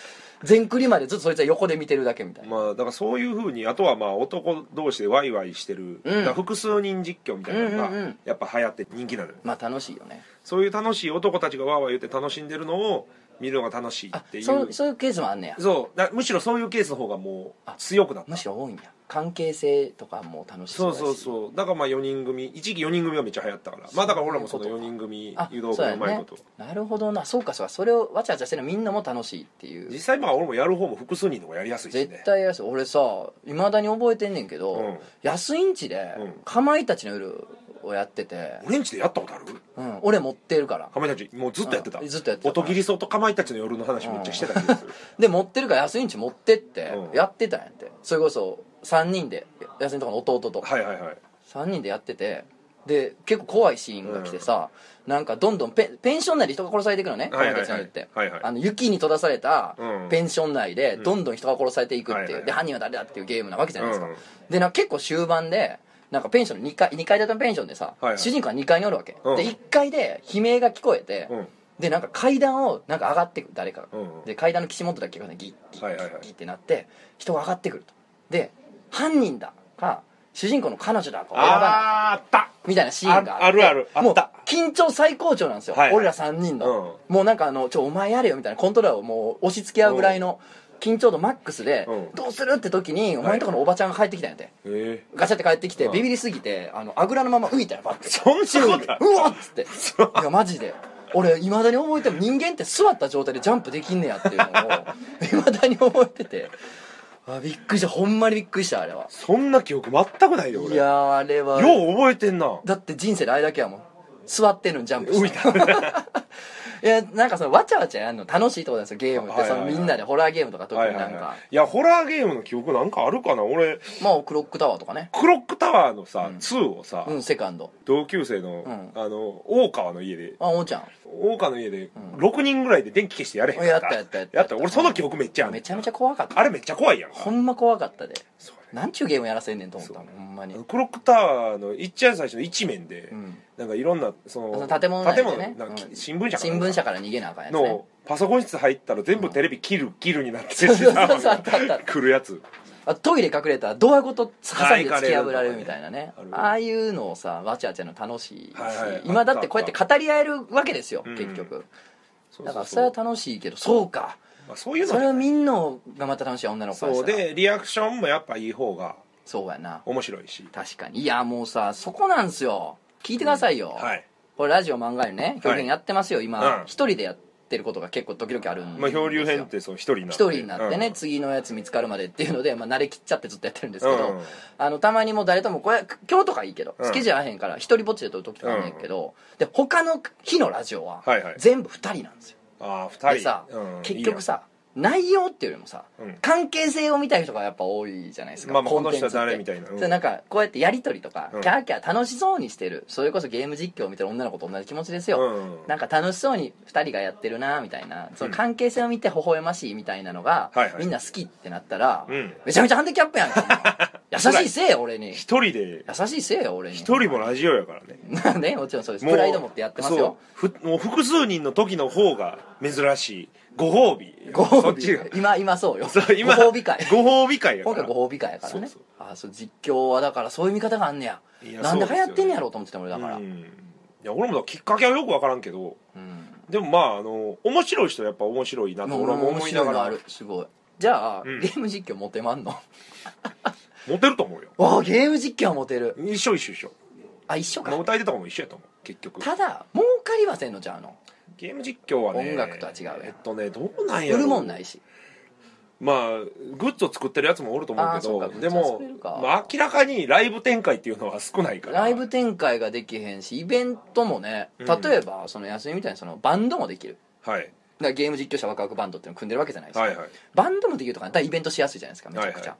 A: 全クリまでずっとそいつは横で見てるだけみたいな、
C: まあだからそういうふうにあとはまあ男同士でワイワイしてる、
A: うん
C: だから複数人実況みたいなの
A: うんうんう
C: が
A: ん
C: やっぱ流行って人気なのよ、
A: まあ楽しいよね
C: そういう楽しい男たちがワーワー言って楽しんでるのを見るのが楽しい
A: あ
C: っていう
A: そうそういうケースもあんねや
C: そうだむしろそういうケースの方がもう強くなった
A: むしろ多いんや関係性とかも楽し
C: そう
A: だし
C: そうそうだからまあ4人組一時期4人組がめっちゃ流行ったからまあだから俺らもその4人組
A: あ
C: 誘導部
A: そう
C: の
A: や
C: うまいこと、
A: ね、なるほどなそうかそうかそれをわちゃわちゃしてるのみんなも楽しいっていう
C: 実際まあ俺もやる方も複数人の方がやりやすいしね
A: 絶対安い俺さいまだに覚えてんねんけど、
C: うん
A: 安いんちで、
C: うん
A: かまいたちの夜をやってて、
C: 俺んちでやったことある
A: うん、俺持ってるから
C: かまいたちもうずっとやってた、
A: うんずっとやってた
C: 音切りそうとかまいたちの夜の話めっちゃしてた気 がする、
A: で持ってるから安いんち持ってって
C: うん
A: やってたんやって、それこそ3人で安いんとこの弟と
C: はいはいはい
A: 3人でやっててで結構怖いシーンが来てさ、なんかどんどんペンペンション内で人が殺されていくのね
C: はいはいは
A: 友
C: い
A: 達の家って、
C: はいはい
A: あの雪に閉ざされた
C: うん
A: ペンション内でどんどん人が殺されていくっていう、
C: はいはいはい
A: で犯人は誰だっていうゲームなわけじゃないですか、
C: うん
A: でなんか結構終盤でなんかペンションの2階二階建てのペンションでさ、
C: はいはい
A: 主人公は2階におるわけ、
C: うん
A: で1階で悲鳴が聞こえて、
C: うん
A: でなんか階段をなんか上がってくる誰かが、
C: うんうん
A: で階段の岸本だけがねギッギッギ
C: はい
A: ッ
C: はいはい
A: ギッってなって人が上がってくるとで犯人だか主人公の彼女だかを選ばない
C: あーあった
A: みたいなシーンがあって
C: ああるあるあ
A: もう
C: った
A: 緊張最高潮なんですよ、
C: はいはい
A: 俺ら3人の、もうなんかあの「ちょお前やれよ」みたいなコントローラーをもう押し付け合うぐらいの緊張度マックスで、
C: うん
A: どうするって時にお前のとこのおばちゃんが帰ってきたんやて、
C: え
A: ガチャって帰ってきて
C: うん
A: ビビりすぎてあのあぐらのまま浮いたよバッて
C: そんなことある
A: うわっつっていやマジで俺いまだに覚えてる人間って座った状態でジャンプできんねやっていうの をいまだに覚えててあびっくりしたほんまにびっくりしたあれは
C: ーそんな記憶全くないよ
A: い
C: 俺
A: や
C: よ
A: ーあれは
C: う覚えてんな
A: だって人生であれだけやもん座ってんのにジャンプしたい やなんかそのわちゃわちゃやるの楽しいとこなんですよゲームって、
C: はいはいはい
A: そのみんなでホラーゲームとか特
C: は
A: に
C: い
A: なんか、
C: はいはいいやホラーゲームの記憶なんかあるかな俺
A: まあクロックタワーとかね
C: クロックタワーのさ、2をさ、
A: うんセカンド
C: 同級生の,、あの大川の家で
A: あおうちゃん
C: 大川の家で6人ぐらいで電気消してやれへん
A: やったやったやった
C: やった俺その記憶めっちゃあんね
A: め
C: ん
A: ちゃめちゃ怖かった
C: あれめっちゃ怖いやんか
A: ほんま怖かったで
C: そう
A: なんちゅうゲームやらせんねんと思ったもんほんまに
C: あのクロックタワーのいっちゃん最初の一面で、
A: ん
C: なんかいろんなその
A: その建物内でね
C: 建物なんかき
A: うん
C: 新聞社かな
A: 新聞社から逃げなあかんやつね
C: のパソコン室入ったら全部テレビ切る切るになってて
A: そうそうそうそうあったあった
C: 来るやつ
A: あトイレ隠れたらドアごと挟んで突き破られるみたいなね
C: ある
A: ああいうのをさわちゃわちゃの楽しいし
C: はいはい
A: 今だってこうやって語り合えるわけですよ
C: うん
A: 結局
C: そう
A: だ
C: そ
A: か
C: う
A: らそれ
C: そ
A: は
C: う
A: 楽しいけどそうか
C: まあそういう
A: それ
C: の
A: はみんながまた楽しい女の子からし
C: そう
A: たら
C: でリアクションもやっぱいい方が
A: そうやな
C: 面白いし
A: 確かにいやもうさそこなんすよ聞いてくださいよ、
C: はい
A: これラジオ漫画よりね表現やってますよ、
C: う
A: 今
C: ん
A: 一、人でやってることが結構時々あるんですよ
C: まあ漂流編ってそう一人になって
A: 一人になってね、
C: うん
A: 次のやつ見つかるまでっていうので、まあ、慣れきっちゃってずっとやってるんですけど、
C: うん
A: あのたまにもう誰ともこれ今日とかいいけど、
C: うん
A: 好きじゃあへんから一人ぼっちで撮る時とかあんねんけど、で他の日のラジオは
C: はいはい
A: 全部二人なんですよ、
C: ああ二人
A: でさ、
C: うん
A: 結局さ内容っていうよりもさ、
C: うん
A: 関係性を見たい人がやっぱ多いじゃないですか、
C: まあまあ
A: コンテンツって
C: この人は誰みたいなうん
A: それなんかこうやってやり取りとか、
C: うん
A: キャーキャー楽しそうにしてるそれこそゲーム実況を見てる女の子と同じ気持ちです
C: いい
A: よ、
C: ようん
A: なんか楽しそうに2人がやってるなみたいなその
C: うん
A: 関係性を見て微笑ましいみたいなのが、
C: はいはい
A: みんな好きってなったら、
C: うん
A: めちゃめちゃハンディキャップやん か優しいせえよ俺に
C: 一人で
A: 優しいせえよ俺に
C: 一 人もラジオやからね
A: なんでもちろんそうです
C: もう
A: プライド持ってやってますよ
C: そうふもう複数人の時の方が珍しいご褒美
A: ご
C: そ
A: 褒
C: っちが
A: 美今今そうよ
C: そう今
A: ご褒美会
C: ご褒美会やか
A: 今
C: ら
A: 回ご褒美会やからね
C: そう
A: あそう実況はだからそういう見方があんねや
C: いや
A: なんで
C: そうですよ
A: 流
C: ね
A: 行ってんねやろうと思ってた俺だから、
C: うんいや俺もだからきっかけはよく分からんけど
A: うん
C: でもまああの面白い人はやっぱ面白いなと俺も
A: 面
C: 思いな
A: 白い
C: が
A: の
C: ら
A: あるすごいじゃあ、
C: うん
A: ゲーム実況モテまんの
C: モテると思うよ
A: わあゲーム実況はモテる
C: 一緒一緒一緒
A: あ一緒か
C: まあ歌い手とかも一緒やと思う結局
A: ただ儲かりませんのじゃああの
C: ゲーム実況はね
A: 音楽とは違うやん
C: えっとねどうなんや
A: 売
C: ろ
A: るもんないし
C: まあグッズを作ってるやつもおると思
A: あー
C: うけ
A: そうか
C: ど
A: グッズ
C: でも
A: 作れるか
C: まあ明らかにライブ展開っていうのは少ないから
A: ライブ展開ができへんしイベントもね
C: うん
A: 例えばその休みみたいにそのバンドもできる
C: はい
A: だからゲーム実況者ワクワクバンドっていうの組んでるわけじゃないですか、
C: はいはい
A: バンドもできるとかだったらイベントしやすいじゃないですかめちゃくちゃ、
C: はいは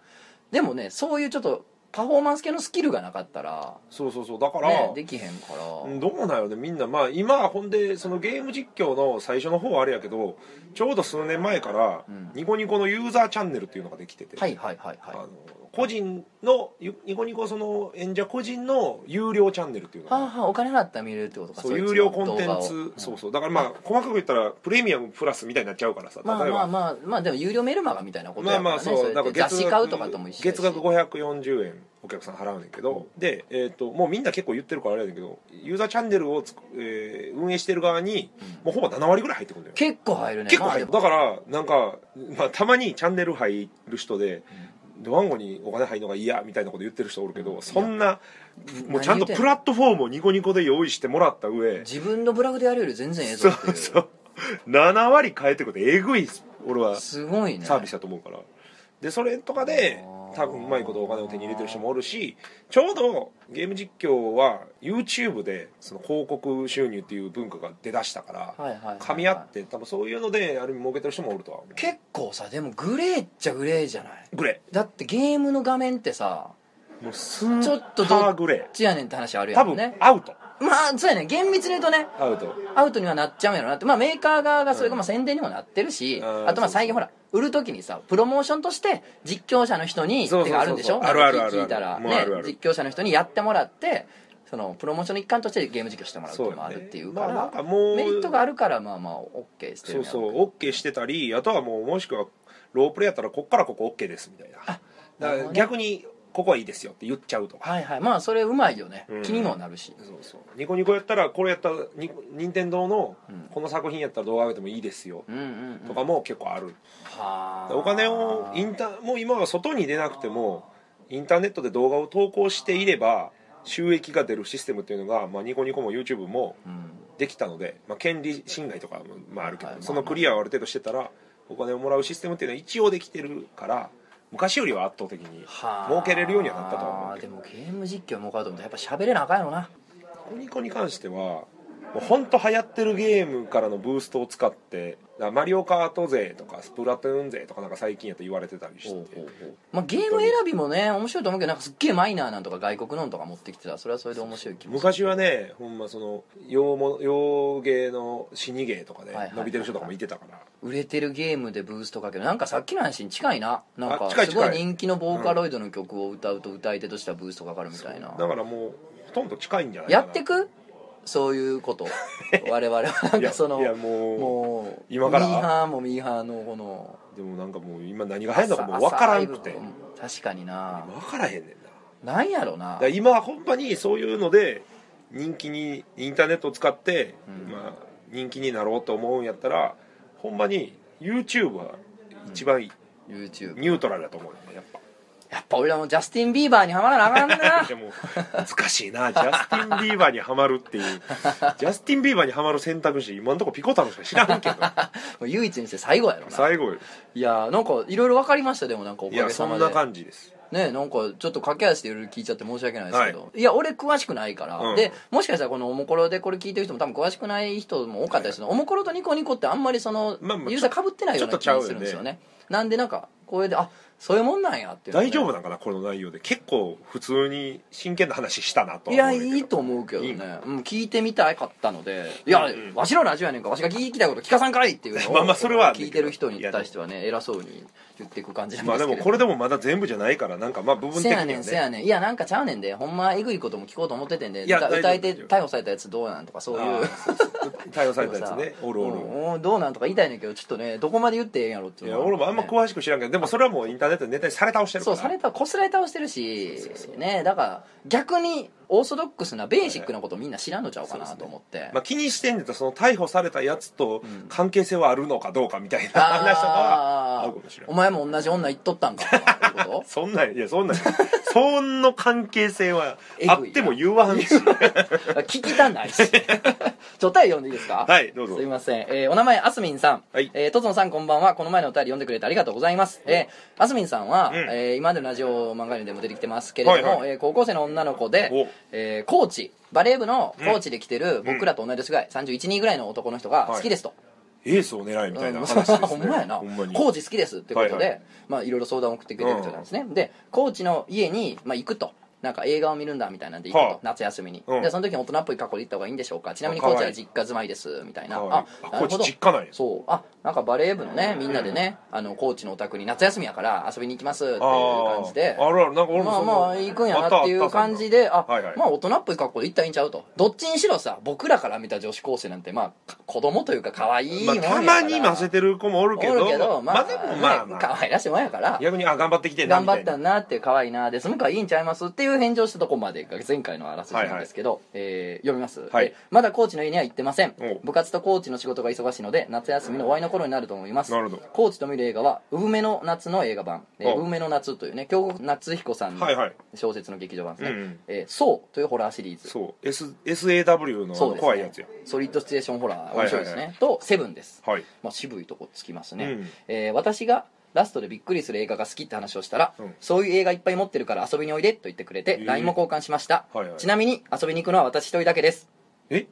A: でもねそういうちょっとパフォーマンス系のスキルがなかったら、
C: そうそうそうだから、
A: ね、できへんから、
C: うんどうなんやろねみんなまあ今ほんでそのゲーム実況の最初の方はあれやけどちょうど数年前から
A: うん
C: ニコニコのユーザーチャンネルっていうのができてて、
A: はいはいはい
C: あ
A: はい
C: の個人のゆニコニコその演者個人の有料チャンネルっていうの
A: はあ
C: が
A: はあお金払ったら見れるってことか
C: そう
A: いつ
C: 有
A: の
C: 料コンテ
A: 動画を
C: ンツ
A: ん
C: そうそうだからまあ細かく言ったらプレミアムプラスみたいになっちゃうからさ例え
A: まあまあ
C: ば
A: まあまあでも有料メルマガみたいなこと
C: ま
A: や
C: あ
A: から
C: ま
A: ね
C: あそう
A: れ
C: な
A: っ
C: ん
A: て
C: か
A: 雑誌
C: 月
A: 買うとかとも一緒
C: 月額
A: 円
C: 540円お客さん払うねんけどでえっともうみんな結構言ってるからあれやねんけどユーザーチャンネルをつくえー運営してる側にもうほぼ7割ぐらい入ってくるんだよ
A: 結構入るね
C: 結構入る
A: まあ
C: だからなんか、まあ、たまにチャンネル入る人で、ドワンゴにお金入るのが嫌みたいなこと言ってる人おるけど、そんなもうちゃんとプラットフォームをニコニコで用意してもらった
A: で
C: 上
A: も自分のブラグでやるより全然ええ
C: そ
A: ぞ
C: う
A: っていう
C: そう7割変えてくれてえぐい俺は
A: すごいね
C: サービスだと思うから、でそれとかで
A: あー
C: 多分うまいことお金を手に入れてる人もおるしちょうどゲーム実況は YouTube でその広告収入っていう文化が出だしたから、
A: はいはいはいはい
C: 噛み合って多分そういうのである意味儲けてる人もおるとは思う
A: 結構さでもグレーっちゃグレーじゃない
C: グレ
A: だってゲームの画面ってさ
C: ーもうスー
A: ちょっとど
C: パーグレ
A: どっちやねんって話ある
C: ー
A: や
C: 多
A: ん
C: 分
A: ね
C: アウト
A: まあそうやね厳密に言うとね
C: アウト
A: アウトにはなっちゃうんやろなってまあメーカー側がそれ
C: う
A: が
C: ん
A: まあ宣伝にもなってるし、
C: うん
A: あとまあ最近ほら売る時にさプロモーションとして実況者の人に
C: そうそう
A: 手
C: そう
A: があるんでしょ
C: あるあるあるある
A: 聞いたら
C: もうあ
A: ね
C: るある
A: 実況者の人にやってもらってそのプロモーションの一環としてゲーム実況してもらうっていうのもあるっていうから
C: そうよねまあなんかもう
A: メリットがあるからまあまあ OK してる
C: そ
A: ん
C: う
A: や
C: そ
A: ろ
C: う
A: う
C: オッケーしてたりあとはもうもしくはロープレイやったらこっからここオッケーですみたいな
A: なる
C: だか
A: ほど
C: ら
A: ね
C: 逆にここはいいですよって言っちゃうとか
A: はいはいまあそれうまいよね、
C: うん
A: 気にもなるし
C: そうそうニコニコやったらこれやったらニ任天堂の
A: うん
C: この作品やったら動画上げてもいいですよ
A: うんうん、うん、
C: とかも結構ある
A: はあ
C: お金をインターもう今は外に出なくてもインターネットで動画を投稿していれば収益が出るシステムっていうのが、まあ、ニコニコも YouTube も
A: うん
C: できたので、まあ、権利侵害とかも、まあ、あるけど、
A: はい
C: そのクリアをある程度してたらお金をもらうシステムっていうのは一応できてるから昔よりは圧倒的に
A: はあ
C: 儲けれるようにはなったとは思うけ
A: で
C: ど
A: もゲーム実況儲かると思ったらやっぱ喋れなあかんやろな
C: ニコニコに関してはもう本当流行ってるゲームからのブーストを使ってだからマリオカート勢とかスプラトゥーン勢とかなんか最近やと言われてたりして
A: まあ、ゲーム選びもね面白いと思うけどなんかすっげえマイナーなんとか外国のんとか持ってきてたらそれはそれで面白い気もする
C: 昔はねほんまその洋も洋芸の死に芸とか
A: は
C: で
A: いはいはい
C: 伸びてる人とかもいてたから
A: 売れてるゲームでブーストかけるなんかさっきの話に近いななんか
C: あ近い
A: すごい
C: 近い
A: 人気のボーカロイドの曲を歌うと歌い手としてはブーストかかるみたいな、
C: だからもうほとんど近いんじゃないか
A: や
C: な
A: ってくそういうこと我々はなん
C: いや
A: かその
C: いやもう
A: もう
C: 今から
A: ミーハーもミーハーのこの
C: でもなんかもう今何が流行るのかもう分からんくて
A: 朝ライブ確かにな
C: 分からへんねんな
A: なんやろな
C: だから今ほんまにそういうので人気にインターネットを使って、
A: うん
C: まあ、人気になろうと思うんやったらほんまに YouTube は一番いい
A: YouTube
C: ニュートラルだと思うよねやっぱ
A: やっぱ俺らもジャスティン・ビーバーにはまらなあかんな
C: でも難しいなジャスティン・ビーバーにはまるっていうジャスティン・ビーバーにはまる選択肢今のとこピコ太郎しか知らんけど
A: もう唯一にして最後やろな
C: 最後よ
A: いやーなんかいろいろ分かりましたでもなんかお
C: い
A: か
C: や
A: げ
C: そ
A: さま
C: ん
A: で
C: な感じです
A: ねなんかちょっと駆け足でいろいろ聞いちゃって申し訳ないですけど、い、や俺詳しくないから、
C: うん
A: でもしかしたらこのおもころでこれ聞いてる人も多分詳しくない人も多かったりするの、おもころとニコニコってあんまりその、
C: まあまあ
A: ユーザーかぶってないような気
C: ちょっ
A: が
C: と
A: す
C: ちゃうよね
A: るんですよねなんでなんかこれであそういうもんなんやっていうのがね、
C: 大丈夫なんかなこの内容で結構普通に真剣な話したなと
A: い
C: は
A: や
C: 思うけど
A: いいと思うけどね
C: いいの
A: うん、聞いてみたかったのでいや、
C: うん
A: わしのラジオやねんからわしが聞きたいこと聞かさんかいっていうのを
C: まあまあそれは
A: 聞いてる人に対してはね偉そうに言っていく感じなん
C: ま
A: です
C: あで
A: け
C: も
A: ど
C: これでもまだ全部じゃないからなんかまあ部分的
A: せ
C: に
A: や
C: は
A: ね
C: ね
A: んせやねんいやなんかちゃうねんでほんまえぐいことも聞こうと思っててんで
C: いや
A: 歌
C: 大丈夫
A: 歌い手
C: 大丈夫
A: 逮捕されたやつどうなんとかそう いう
C: あーそうそう逮捕されたやつね
A: でもさ
C: おる
A: う
C: おる
A: んうんどうなんとか言いたいねんけどちょっとねどこまで言ってええんやろってい
C: いうや
A: のは
C: 俺もあんま詳しく知らんけどでもそれはもうインターネットでネタにされ倒してるか
A: そ
C: ら
A: うされたこすられ倒してるしねだから逆にオーソドックスなベーシックなことみんな知らんのちゃうかなと思って
C: まあ、気にしてんねんとその逮捕されたやつと
A: ん
C: 関係性はあるのかどうかみたいな話とかは
A: あ
C: あ
A: あ
C: るかもしれ
A: お
C: ない
A: 前も同じ女言っと ったんかとかっていうこと
C: そんなんいやそんなんそんな関係性はあっても言わ んし
A: 聞きたないし ちょっと読んでいいですか
C: はいどうぞ
A: すいません、えーお名前あすみんさん、
C: はい
A: えーとつのさんこんばんはこの前のお便り読んでくれてありがとうございます、えー、あすみんさんは、
C: うん
A: えー今までのラジオ漫画にでも出てきてますけれども、
C: はいはい
A: えー高校生の女の子で
C: お、
A: えーコーチバレー部のコーチで来てる僕らと同い年ぐらい、31人ぐらいの男の人が好きですと、
C: えエースを狙いみたいな話です、ね、
A: ほんまやな
C: ほんまに
A: コーチ好きですってことで、
C: はいいは
A: まあ、いろいろ相談を送ってくれてるみたいなんですね、でコーチの家に、まあ、行くとなんか映画を見るんだみたいなんで行くと、
C: はあ
A: 夏休みに、
C: うん
A: でその時に大人っぽい格好で行った方がいいんでしょうかちなみに
C: あか
A: コ
C: わい
A: ー
C: い
A: チは実家住まいですみたいな
C: はい
A: あ
C: あ
A: な
C: コ
A: るほ
C: ーチ
A: ど
C: 実家なんや
A: そうあなんかバレー部のねみんなでねあのコーチのお宅に夏休みやから遊びに行きますっていう感じで
C: あーあるあるなんか俺も
A: まあ
C: そん
A: ま
C: な
A: あ行くんやなっていう感じであ
C: はいはい
A: まあ大人っぽい格好で行ったらいいんちゃうとどっちにしろさ僕らから見た女子高生なんてまあか子供というか可愛いもん
C: ま
A: や
C: あ、
A: から
C: たまに混ぜてる子もおるけ
A: お
C: ど
A: るけどま
C: ま
A: あ
C: あでもまあ
A: ね
C: まあ
A: 可愛らしいもんやから
C: 逆にあ頑張ってきてん
A: 頑
C: なみた
A: 張
C: い
A: っ
C: な
A: たなって可愛いなでその子はいいんちゃいますっていう返事をしたとこまでが前回のあらすじなんですけど、えー読みます、
C: はい
A: えまだコーチの家には行ってません
C: お
A: 部活とコーチの仕事が忙しいので夏休みの終わりの頃になると思います
C: なるほど
A: コーチと見る映画は「産めの夏」の映画版「えー
C: お
A: 産めの夏」というね京極夏彦さんの
C: はいはい
A: 小説の劇場版ですね
C: うんうん
A: 「えーそう」というホラーシリーズ
C: そう S SAW のあ
A: そうです
C: の
A: ね
C: 怖いやつや
A: ソリッドシチュエーションホラー面白いですね、
C: はい
A: と「セブン」です、
C: はい
A: まあ、渋いとこつきますね、
C: うん
A: えー私がラストでびっくりする映画が好きって話をしたら、
C: うん
A: そういう映画いっぱい持ってるから遊びにおいでと言ってくれて
C: えー
A: LINE も交換しました、
C: はいはい
A: ちなみに遊びに行くのは私一人だけです
C: え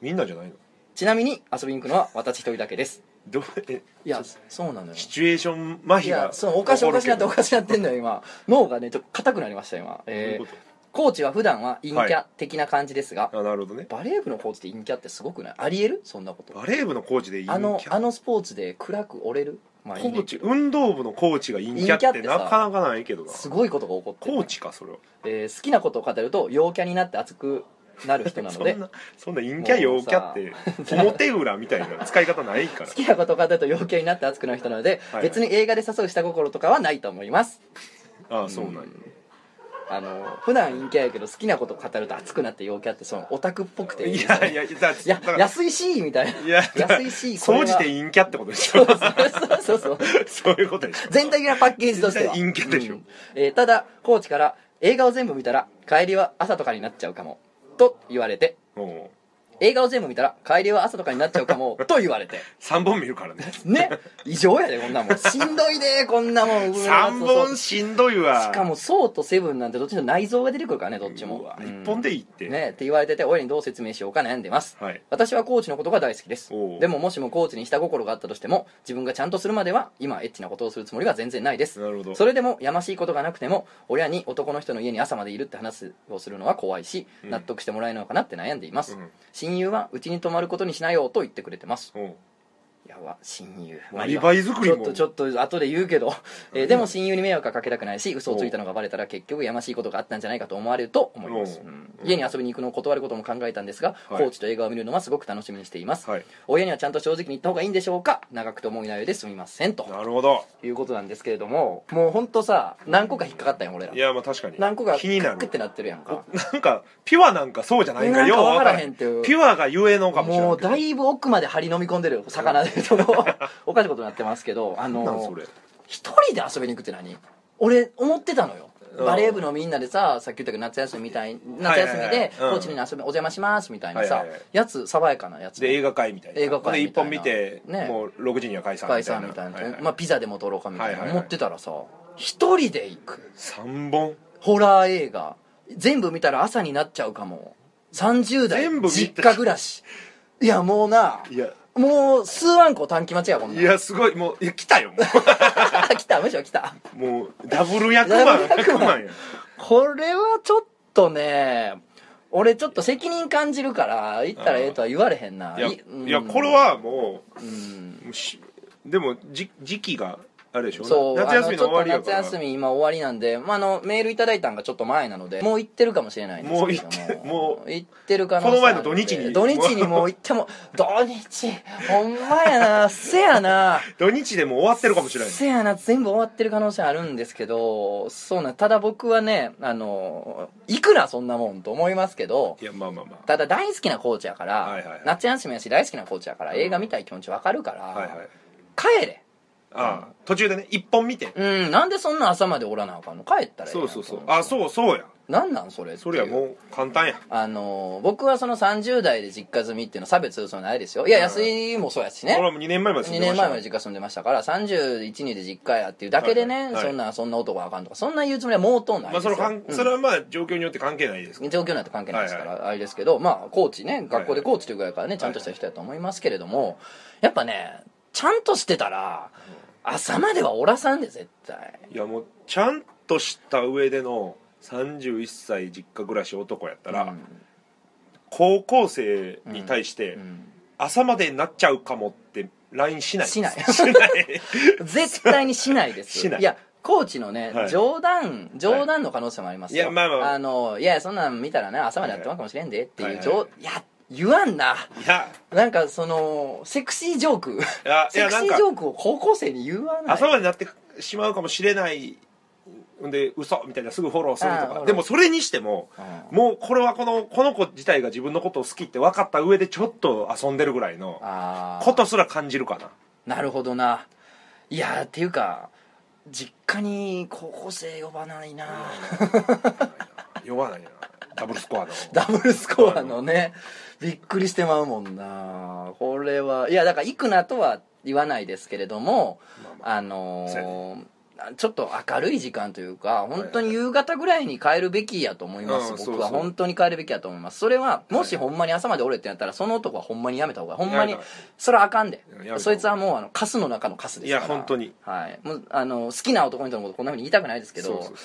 C: みんなじゃないの
A: ちなみに遊びに行くのは私一人だけです
C: どうえ
A: いやそうなのよ
C: シチュエーション麻
A: い
C: 痺
A: や
C: が
A: そのおかしいおかしいなってお
C: 起こ
A: かしいなってんのよ今脳がねちょっと硬くなりました今、
C: るけ
A: え
C: ど
A: ー
C: どういうこ
A: コーチは普段は陰キ
C: は
A: ャ的な感じですが、
C: とあなるほどね
A: バレー部のコーチって陰キャってすごくないありえるそんなこと
C: バレー部のコーチで陰キャ
A: あのあのスポーツで暗く折れる、まあ、
C: コーチ運動部のコーチが陰キャ
A: 陰キャ
C: っ
A: って
C: て
A: さ
C: なかなかないけどな
A: すごいことが起こってる
C: コーチかそれは
A: えー好きなことを語ると陽キャになって熱くなる人な
C: そ
A: ので
C: んなそんな陰キャ陽キャって表裏みたいな使い方ないから
A: 好きなことを語ると陽キャになって熱くなる人なので、
C: はいはい
A: 別に映画で誘う下心とかはないと思います
C: ああそうなんや
A: あの普段陰キャやけど好きなことを語ると熱くなって陽キャってそのオタクっぽくていい
C: い
A: ですよ
C: や
A: ね
C: いやだ
A: いや
C: だから
A: 安いしみたいない
C: やだから
A: 安い しこれ
C: 総
A: は
C: じて陰キャってことでしょ
A: そうそうそう
C: そういうことでしょ
A: 全体的なパッケージとしては
C: 全体陰キャでしょ
A: えーただコーチから映画を全部見たら帰りは朝とかになっちゃうかもと言われて
C: もう
A: 映画を全部見たら帰りは朝とかになっちゃうかもと言われて
C: 3本見るからね
A: ね異常やでこんな もんしんどいでこんなもん
C: 3本
A: し
C: しんどいわ
A: かも「そう」と「セブン」なんてどっちも内臓が出てくるからねどっち
C: う
A: も
C: わ1本でいいって、
A: ねって言われてて親にどう説明しようか悩んでます、
C: はい
A: 私はコーチのことが大好きです
C: おう
A: でももしもコーチに下心があったとしても自分がちゃんとするまでは今エッチなことをするつもりは全然ないです
C: なるほど
A: それでもやましいことがなくても親に男の人の家に朝までいるって話をするのは怖いし、
C: うん
A: 納得してもらえるのかなって悩んでいます、
C: うん
A: 親友はうちに泊まることにしなよと言ってくれてます
C: うん
A: やば親友
C: アリバイ作りも
A: ちょっとちょっと後で言うけど、えーでも親友に迷惑はかけたくないし嘘をついたのがバレたら結局やましいことがあったんじゃないかと思われると思います、
C: おう
A: うん家に遊びに行くのを断ることも考えたんですが、
C: はい
A: コーチと映画を見るのはすごく楽しみにしています、
C: はい
A: 親にはちゃんと正直に言った方がいいんでしょうか長くと思いないですみませんと
C: なるほど
A: いうことなんですけれどももうほんとさ何個か引っかかったよ俺ら
C: いやまあ確かに
A: 何個か
C: 気にな
A: クック
C: る
A: ってなってるやんか
C: なんかピュアなんかそうじゃない
A: なん
C: か
A: か
C: よ
A: わ
C: うわ
A: か
C: からら
A: へ
C: へ
A: ん
C: ん
A: っていう
C: ピュアがゆえのかもしれな
A: も
C: いう
A: だいぶ奥まで張り飲み込んでるよ魚でその おかしいことになってますけどあの
C: なんそれ
A: 一人で遊びに行くって何俺思ってたのよ
C: うん
A: バレー部のみんなでささっき言ったけど夏休みみたい夏休み
C: はいはいは
A: で
C: い
A: コ
C: うん
A: ーチに遊びお邪魔しますみたいなさ、
C: はいはいはい
A: やつ爽やかなやつ
C: で映画会みたいな
A: 映画会
C: で
A: みたいな
C: 1本見て、
A: ね
C: もう6時には解散
A: 解散みたいな、
C: はいはい
A: まあ、ピザでも撮ろうかみたいな、
C: はいはいはい
A: 思ってたらさ一人で行く
C: 3本
A: ホラー映画全部見たら朝になっちゃうかも30代
C: 全部見て
A: 実家暮らしいやもうない
C: や
A: もう数万個短期待ちやこんなん
C: いやすごいもういや来たよも
A: 来たむしろ来た
C: うもうダブル役
A: ダ
C: 満
A: ブル役
C: 役
A: 満
C: 満や
A: これはちょっとね俺ちょっと責任感じるから行ったらええとは言われへんない
C: や
A: うん
C: いやこれはも
A: うん
C: うしでもじ時期があれでしょ
A: そう
C: 夏休みの終わり
A: あ
C: や
A: の
C: か
A: ちょっと
C: ら
A: 夏休み今終わりなんで、まあ、あのメールいただいたんがちょっと前なのでもう行ってるかもしれないんですけれども
C: もう行ってもう
A: 行ってるか
C: この前の土日に
A: 土日にもう行っても土日ほんまやなせやな
C: 土日でもう終わってるかもしれない
A: せやな全部終わってる可能性あるんですけどそうなんただ僕はねあの行くなそんなもんと思いますけど
C: いやまあまあまあ
A: ただ大好きなコーチやから、
C: はいはいはい
A: 夏休みやし大好きなコーチやから映画見たい気持ちわかるから、
C: はいはい
A: 帰れ
C: ああ途中でね一本見て
A: うんなんでそんな朝までおらなあかんの帰ったらええ
C: そうそうそう
A: あ
C: あそうそうや
A: なんなんそれっていう
C: それはもう簡単や
A: あのー僕はその30代で実家住みっていうの差別するつもりないですよいや
C: うん
A: 安井もそうやしね
C: 俺はもう2年前まで住
A: 2
C: んでま
A: 年
C: した
A: 前まで実家住んでましたから31人で実家やっていうだけでね、
C: はいはい
A: そんなそんな男はあかんとかそんな言うつもりはもうとうない
C: ま
A: で
C: あ
A: す
C: そ
A: よ、
C: のかん
A: うん
C: それはまあ状況によって関係ないですけど
A: 状況なんて関係ないですから、
C: は
A: あれですけどまあコーチね学校でコーチというぐらいからね
C: い
A: ちゃんとした人だと思いますけれども、やっぱねちゃんとしてたら朝まではおらさんで絶対
C: いやもうちゃんとした上での31歳実家暮らし男やったら、
A: うん
C: 高校生に対して
A: うん
C: 朝までになっちゃうかもって LINE しない
A: しない
C: しない
A: 絶対にしないです
C: しない
A: やコーチのね、
C: はい
A: 冗談冗談の可能性もありますよ、
C: いやまあまあ
A: のいやそんなん見たらね朝までやってまうかもしれんでっていう、
C: はいはい
A: 冗いや言わんない
C: や
A: なんかそのセクシージョーク
C: いやい
A: セ
C: や
A: クシ
C: なん
A: ー
C: か
A: ジョークを高校生に言わない
C: 朝までになってしまうかもしれないんで嘘みたいなすぐフォローする
A: あー
C: と
A: フォロ
C: か
A: ー
C: でもそれにしても
A: うん
C: もうこれはこのこの子自体が自分のことを好きって分かった上でちょっと遊んでるぐらいの
A: あー
C: ことすら感じるかな
A: なるほどないやーっていうか実家に高校生呼ばないな
C: 呼ばないなダブルスコアの
A: ダブルスコアのねびっくりしてまうもんなこれはいやだから行くなとは言わないですけれども
C: まあまあ
A: あの
C: そうや
A: ーちょっと明るい時間というか本当に夕方ぐらいに帰るべきやと思います、
C: うん
A: 僕は
C: そうそう
A: 本当に帰るべきやと思いますそれはもしほんまに朝までおれってなったらその男はほんまにやめた方がほんまに
C: やめた
A: それはあかんで
C: やめた方が
A: そいつはもうあのカスの中のカスですから
C: いや本当に
A: はい、もうあの好きな男の人のことこんなふうに言いたくないですけど
C: そうそうそう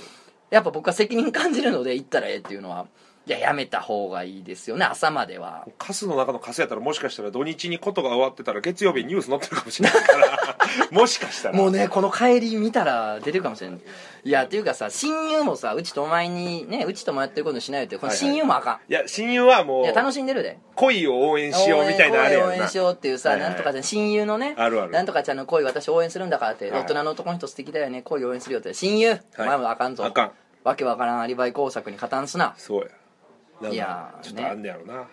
A: やっぱ僕は責任感じるので行ったらええっていうのはいややめた方がいいですよね朝までは
C: カスの中のカスやったらもしかしたら土日にことが終わってたら月曜日にニュース載ってるかもしれないから もしかしたら
A: もうねこの帰り見たら出てるかもしれないいやっていうかさ親友もさうちとお前にねうちとお前やってることにしないよってこの
C: はいはい
A: 親友もあかん、い
C: いや親友はも
A: や楽
C: う
A: しんでるで
C: 恋を応援しようみたいなあれや
A: 応
C: ん
A: 援
C: な
A: しようっていうさ、
C: はいはい
A: なんとかちゃん親友のね
C: あるある
A: なんとかちゃんの恋私応援するんだからって、
C: はい
A: 大人の男の人素敵だよね恋応援するよって親友、お前もあかんぞ
C: あかん
A: わけわからんアリバイ工作に加担すな
C: そうやなん
A: いや
C: か
A: ー
C: ちょっとあんねやろな、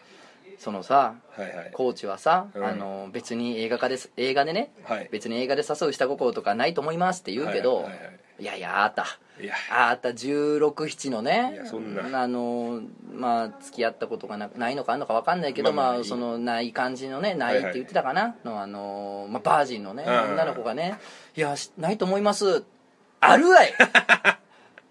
A: そのさ
C: はいはい
A: コーチはさ、
C: うん
A: あの別に映画化です映画でね、
C: はい
A: 別に映画で誘う下心とかないと思いますって言うけど、
C: はい
A: い
C: はいはいはい
A: やいやあった
C: いや
A: あった167の
C: い
A: ね
C: やそんな
A: あのまあ付き合ったことがなないのかあんのか分かんないけど、
C: まあ
A: まあ
C: まあいい
A: そのない感じのねないって言ってたかな、のあの、まあ、バージンのね、
C: うん
A: 女の子がね「いやしないと思います」あるわ い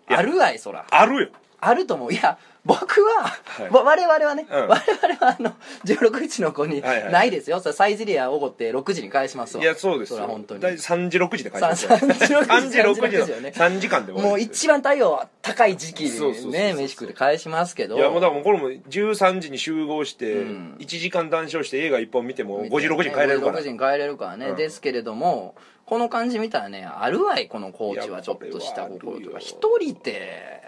A: あるわいそら
C: あるよ
A: あると思ういや僕は、
C: はい
A: わ我々はね、
C: う
A: 我
C: ん
A: 々はあの16時の子に
C: はいはい
A: ないですよ、それサイゼリアおごって6時に返しますわ
C: いやそうです
A: それは本当に
C: だい3時6時で帰ってます
A: さん3
C: 3
A: 時
C: 時
A: 6
C: 6
A: 時
C: 時
A: よね
C: の3時間で終わ
A: もう
C: りです
A: 一番太陽高い時期
C: そうそうそ
A: に
C: うそ
A: ね
C: う
A: 飯食って返しますけど
C: いやもうだからもうこれも13時に集合して
A: うん
C: 1時間談笑して映画1本見ても5時6時に帰れるから
A: 5時に帰れるからね、
C: うん
A: ですけれどもこの感じ見たらねあるわいこのコーチはちょっとした心とか一人で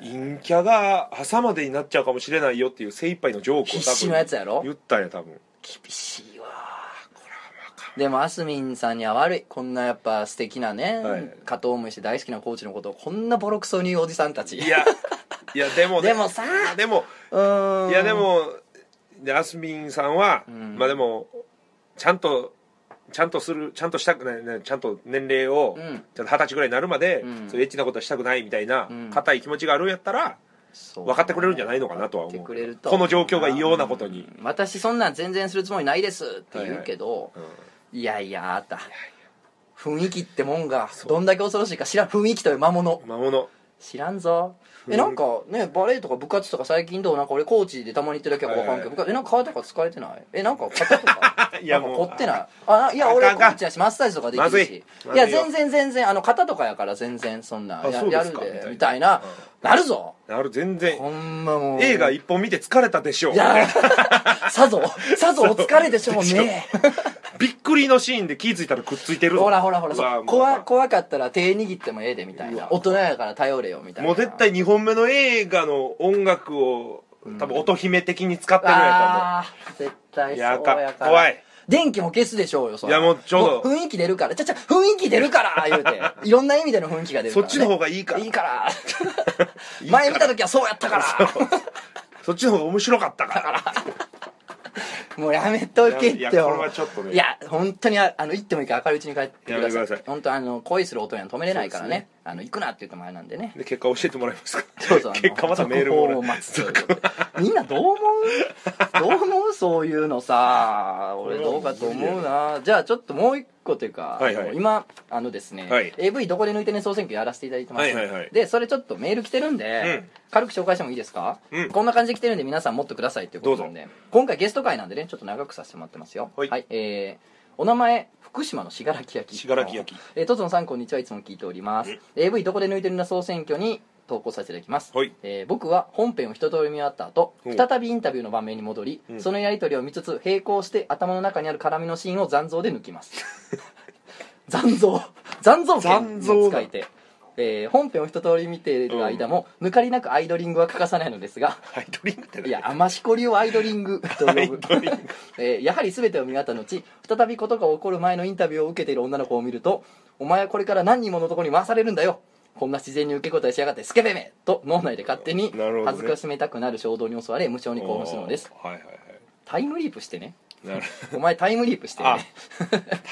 C: 陰キャが朝までになっちゃうかもしれないよっていう精一杯のジョークを多分
A: 必死のやつやろ
C: 言ったんや多分
A: 厳しいわでもあすみんさんには悪いこんなやっぱ素敵なね、
C: はい
A: 片思いして大好きなコーチのことをこんなボロクソに言うおじさんたち
C: いやいやでもね
A: でもさ
C: でも
A: うーん
C: いやでもでアスミンさんは、
A: ん
C: まあでもちゃんとちゃんとするちゃんとしたくない、ね、ちゃんと年齢を
A: うん
C: ちゃんと二十歳ぐらいになるまで、
A: うん
C: そういうエッチなことはしたくないみたいな
A: うん
C: 硬、い気持ちがあるんやったら
A: そう
C: 分かってくれるんじゃないのかなとは
A: 分
C: 思
A: かっ
C: う
A: てくれると
C: この状況が異様なことに、
A: うん私そんなん全然するつもりないですって言うけど、
C: うん
A: いやいやあった雰囲気ってもんがどんだけ恐ろしいか知らん雰囲気という魔物
C: 魔物
A: 知らんぞ
C: う
A: え
C: ん
A: なんかねバレエとか部活とか最近どうなんか俺コーチでたまに行ってるだけは分かんないけど、部活えなんか顔とか疲れてないえなんか肩とか
C: いや
A: なんか
C: もう
A: 凝ってないあいや俺
C: あかん
A: コ
C: あかん
A: ーチやしマッサージとかできるし、
C: まずいま
A: い
C: ずい
A: や
C: よ
A: 全然全然あの肩とかやから全然そんな
C: あ
A: や
C: そう
A: やる
C: ですか
A: でみ
C: み
A: た
C: た
A: い
C: い
A: な
C: な
A: なるぞ
C: なる全然
A: ほんまもう
C: 映画
A: い
C: 一本見て疲れたでしょう
A: や さぞさぞお疲れでしょう ね
C: びっくりのシーンで気づいたらくっついてるぞ
A: ほらほらほら
C: うわ
A: そう
C: もう
A: 怖怖かったら手握ってもええでみたいうな
C: わ
A: 大人やから頼れよみたいな
C: もう絶対2本目の映画の音楽を多分音姫的に使ってるんやと思う、
A: ああ絶対そうやから
C: いやか怖い
A: 電気も消すでしょうよそれ
C: いやもうちょうど
A: も雰囲気出るからちゃちゃ雰囲気出るから言う ていろんな意味での雰囲気が出るから、ね、
C: そっちの方が いいから
A: いいから前見た時はそうやったから
C: そっちの方が面白かったから
A: もうやめとけっ
C: いやい
A: て
C: やこ
A: 思
C: れ
A: う
C: はちょっとね
A: いや本当にああの行ってもいいから明るいうちに帰って
C: や
A: く
C: め
A: だ
C: てく
A: さ
C: だ
A: い
C: さい
A: 本当あの恋する大人には止めれないからね
C: そうです
A: あの行くなって言ってもあれなんでね
C: で結果教えてもらえますか
A: そうそうあの
C: 結果またメール
A: 続
C: も
A: 報
C: ら
A: を
C: う
A: 待つということでみんなどう思うどう思うそういうのさ俺どうかと思うなじゃあちょっともう一個というか、
C: はいはい
A: あの今あのですね、
C: はい
A: AV どこで抜いてね総選挙やらせていただいてます、
C: はいはいはい
A: でそれちょっとメール来てるんで、
C: うん
A: 軽く紹介してもいいですか、
C: うん
A: こんな感じで来てるんで皆さんもっとくださいっていうことなんで今回ゲスト会なんでねちょっと長くさせてもらってますよ
C: はい
A: えーお名前福島の信楽焼き
C: 信楽焼き
A: えー、とつのさんこんにちはいつも聞いております
C: え
A: AV どこで抜いてるんだ総選挙に投稿させていただきます、
C: はい
A: えー僕は本編を一通り見終わった後
C: うん
A: 再びインタビューの場面に戻り、
C: うん
A: そのやり取りを見つつ並行して頭の中にある絡みのシーンを残像で抜きます 残像残像剣
C: 残像
A: の
C: だ
A: 使い手えー本編を一通り見ている間も、抜かりなくアイドリングは欠かさないのですが
C: アイドリングって
A: い
C: ね
A: や、アマシコ流アイドリングと呼ぶ
C: アイドリング
A: えーやはり全てを見終わった後再びことが起こる前のインタビューを受けている女の子を見ると「お前はこれから何人ものところに回されるんだよこんな自然に受け答えしやがってスケベめ!」と脳内で勝手に
C: なるほどね
A: 恥ずかしめたくなる衝動に襲われ無性に興奮するのです
C: はいはいはい
A: タイムリープしてね
C: なる
A: お前タイムリープしてね
C: あ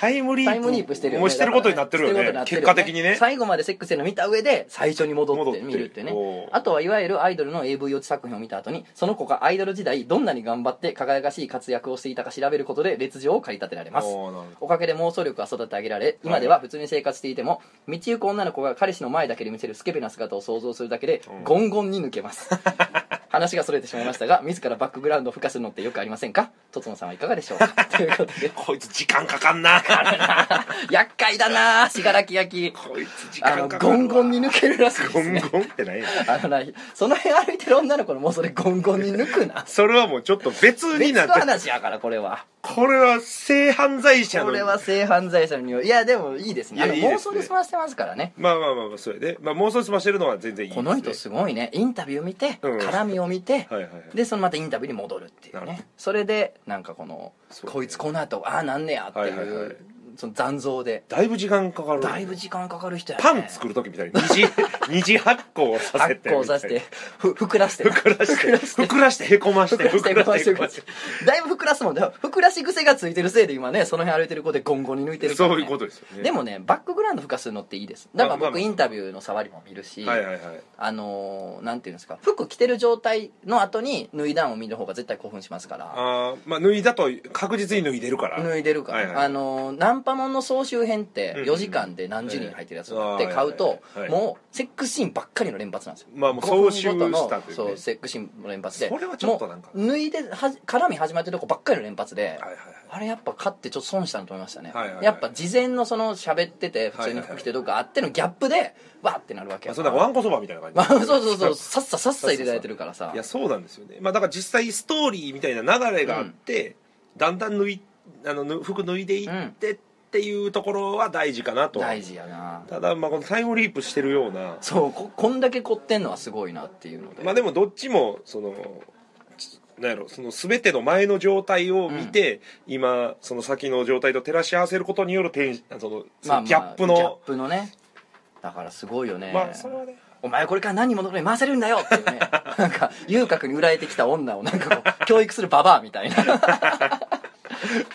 C: タイムリー プ
A: タイムリープしてるよね
C: もうしてることになってるよ
A: して
C: ね
A: ことになってる
C: 結
A: よ
C: 果的にね
A: 最後までセックスへの見た上で最初に戻っ
C: 戻ってて
A: 見るってね
C: おー
A: あとはいわゆるアイドルの AV 予知作品を見た後にその子がアイドル時代どんなに頑張って輝かしい活躍をしていたか調べることで劣情を駆り立てられます
C: おーなるほ
A: おかげで妄想力が育て上げられ今では普通に生活していても道行く女の子が彼氏の前だけで見せるスケベな姿を想像するだけで
C: うん
A: ゴンゴンに抜けます 話がそれてしまいましたが自らバックグラウンドを付加するのってよくありませんかとつのさんはいかがでしょうかということで
C: こいつ時間かか んな
A: 厄介だな信楽焼き
C: こいつ時
A: あの
C: 間かかる
A: ゴ
C: わ
A: ンゴンに抜けるらしいで
C: ゴ
A: す
C: ン
A: ね
C: ゴンってないや
A: あのなその辺歩いてる女の子のもうそれゴンゴンに抜く な
C: それはもうちょっと別に
A: 別
C: なっ
A: の
C: て
A: 話やからこれは
C: これは性犯罪者の
A: これは性犯罪者の匂いいやでもいいですねあの
C: いやい
A: 妄
C: いです
A: 想
C: ね
A: で済ませてますからね
C: まあまあまあまあそれで、まあ、妄想済ましてるのは全然いいです、
A: こ
C: ね、
A: の人すごいねインタビュー見て
C: うん
A: 絡みを見て
C: はいはいはい
A: でそのまたインタビューに戻るっていう
C: なるほ
A: ねそれでなんかこの
C: そうね
A: こいつこの後ああなんねやって
C: はいは
A: い
C: いはいう
A: その残像で
C: だいぶ時間かかる
A: だいぶ時間かかる人やね
C: パン作る時みたいに 二次二次発酵させ
A: 発
C: て
A: 酵させてふ膨らしてな
C: 膨らして膨らしてへこまして
A: 膨らして膨らして
C: 膨らして
A: だいぶ膨らすもんね膨らし癖がついてるせいで今ねその辺歩いてる子でゴンゴンに抜いてるから、ね、
C: そういうことですよね
A: でもねバックグラウンド付加するのっていいですだから
C: あまあま
A: 僕
C: あ
A: インタビューの触りも見るし、
C: はいはいはい
A: あのーなんていうんですか服着てる状態の後に脱いだんを見る方が絶対興奮しますから
C: あーまあ脱いだと確実に脱いでるから
A: 脱いでるから、
C: はいはい
A: あのーナンパモンの総集編って
C: うんうん
A: 4時間で何十人入ってるやつ
C: うんあー
A: で買うと
C: はいはいはい
A: もうセックスシーンばっかりの連発なんですよ
C: まあもう
A: 5分ご
C: 総集
A: との
C: したというね
A: そうセックスシーンの連発で
C: それはちょっとなんか
A: もう脱いではじ絡み始まってるとこばっかりの連発で、
C: はいはい
A: あれやっぱ勝ってちょっと損したのと思いましたね、
C: はいはいはい
A: やっぱ事前のその喋ってて普通に服着てるとかあってのギャップでわーってなるわけや
C: まあそ
A: か
C: んな
A: ら、
C: わんこそばみたいな
A: まあ、
C: 感じ
A: そうそうそうさっささっさ入れられてるからさ
C: いやそうなんですよねまあだから実際ストーリーみたいな流れがあって、だんだん脱いあのぬ服脱いでいってっていうところは大事かなと、
A: 大事やな
C: ただまあこのタイムリープしてるような
A: そうここんだけ凝ってんのはすごいなっていうので、
C: まあでもどっちもそのちなんやろその全ての前の状態を見て、今その先の状態と照らし合わせることによるテンそのそ
A: まあまあ
C: のギャップの、
A: ギャップのねだからすごいよね、
C: まあそれはね
A: お前これから何者かに回せるんだよっていうねなんか遊郭に売られてきた女をなんかこう教育するババアみた いな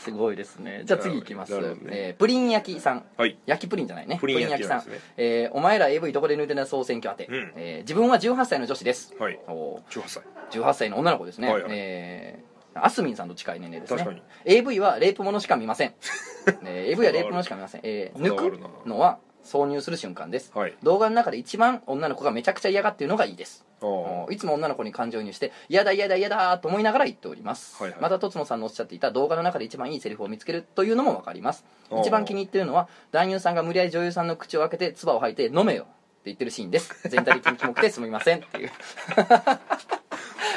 A: すごいですねじゃあ次いきます、
C: なるほどね
A: えープリン焼きさん
C: はい
A: 焼きプリンじゃないね
C: プリン焼きなんですね
A: プリン焼きさん、えーお前ら AV どこで抜いてない総選挙当て、
C: うん
A: えー自分は18歳の女子です、
C: はい
A: おー
C: 18歳
A: 18歳の女の子ですね、
C: はいはい
A: えーアスミンさんと近い年齢ですね
C: 確かに
A: AV はレイプものしか見ま せん、えー AV はレイプものしか見ません、えー
C: こだ
A: 抜
C: わるな
A: くのは挿入する瞬間です、
C: はい
A: 動画の中で一番女の子がめちゃくちゃ嫌がっているのがいいです
C: あー
A: もういつも女の子に感情移入して「嫌だ嫌だ嫌だ」と思いながら言っております、
C: はいはい
A: またとつのさんのおっしゃっていた動画の中で一番いいセリフを見つけるというのも分かります
C: おー
A: 一番気に入ってるのは男優さんが無理やり女優さんの口を開けて唾を吐いて「飲めよ」って言ってるシーンです全体的にキモくてすみませんっていう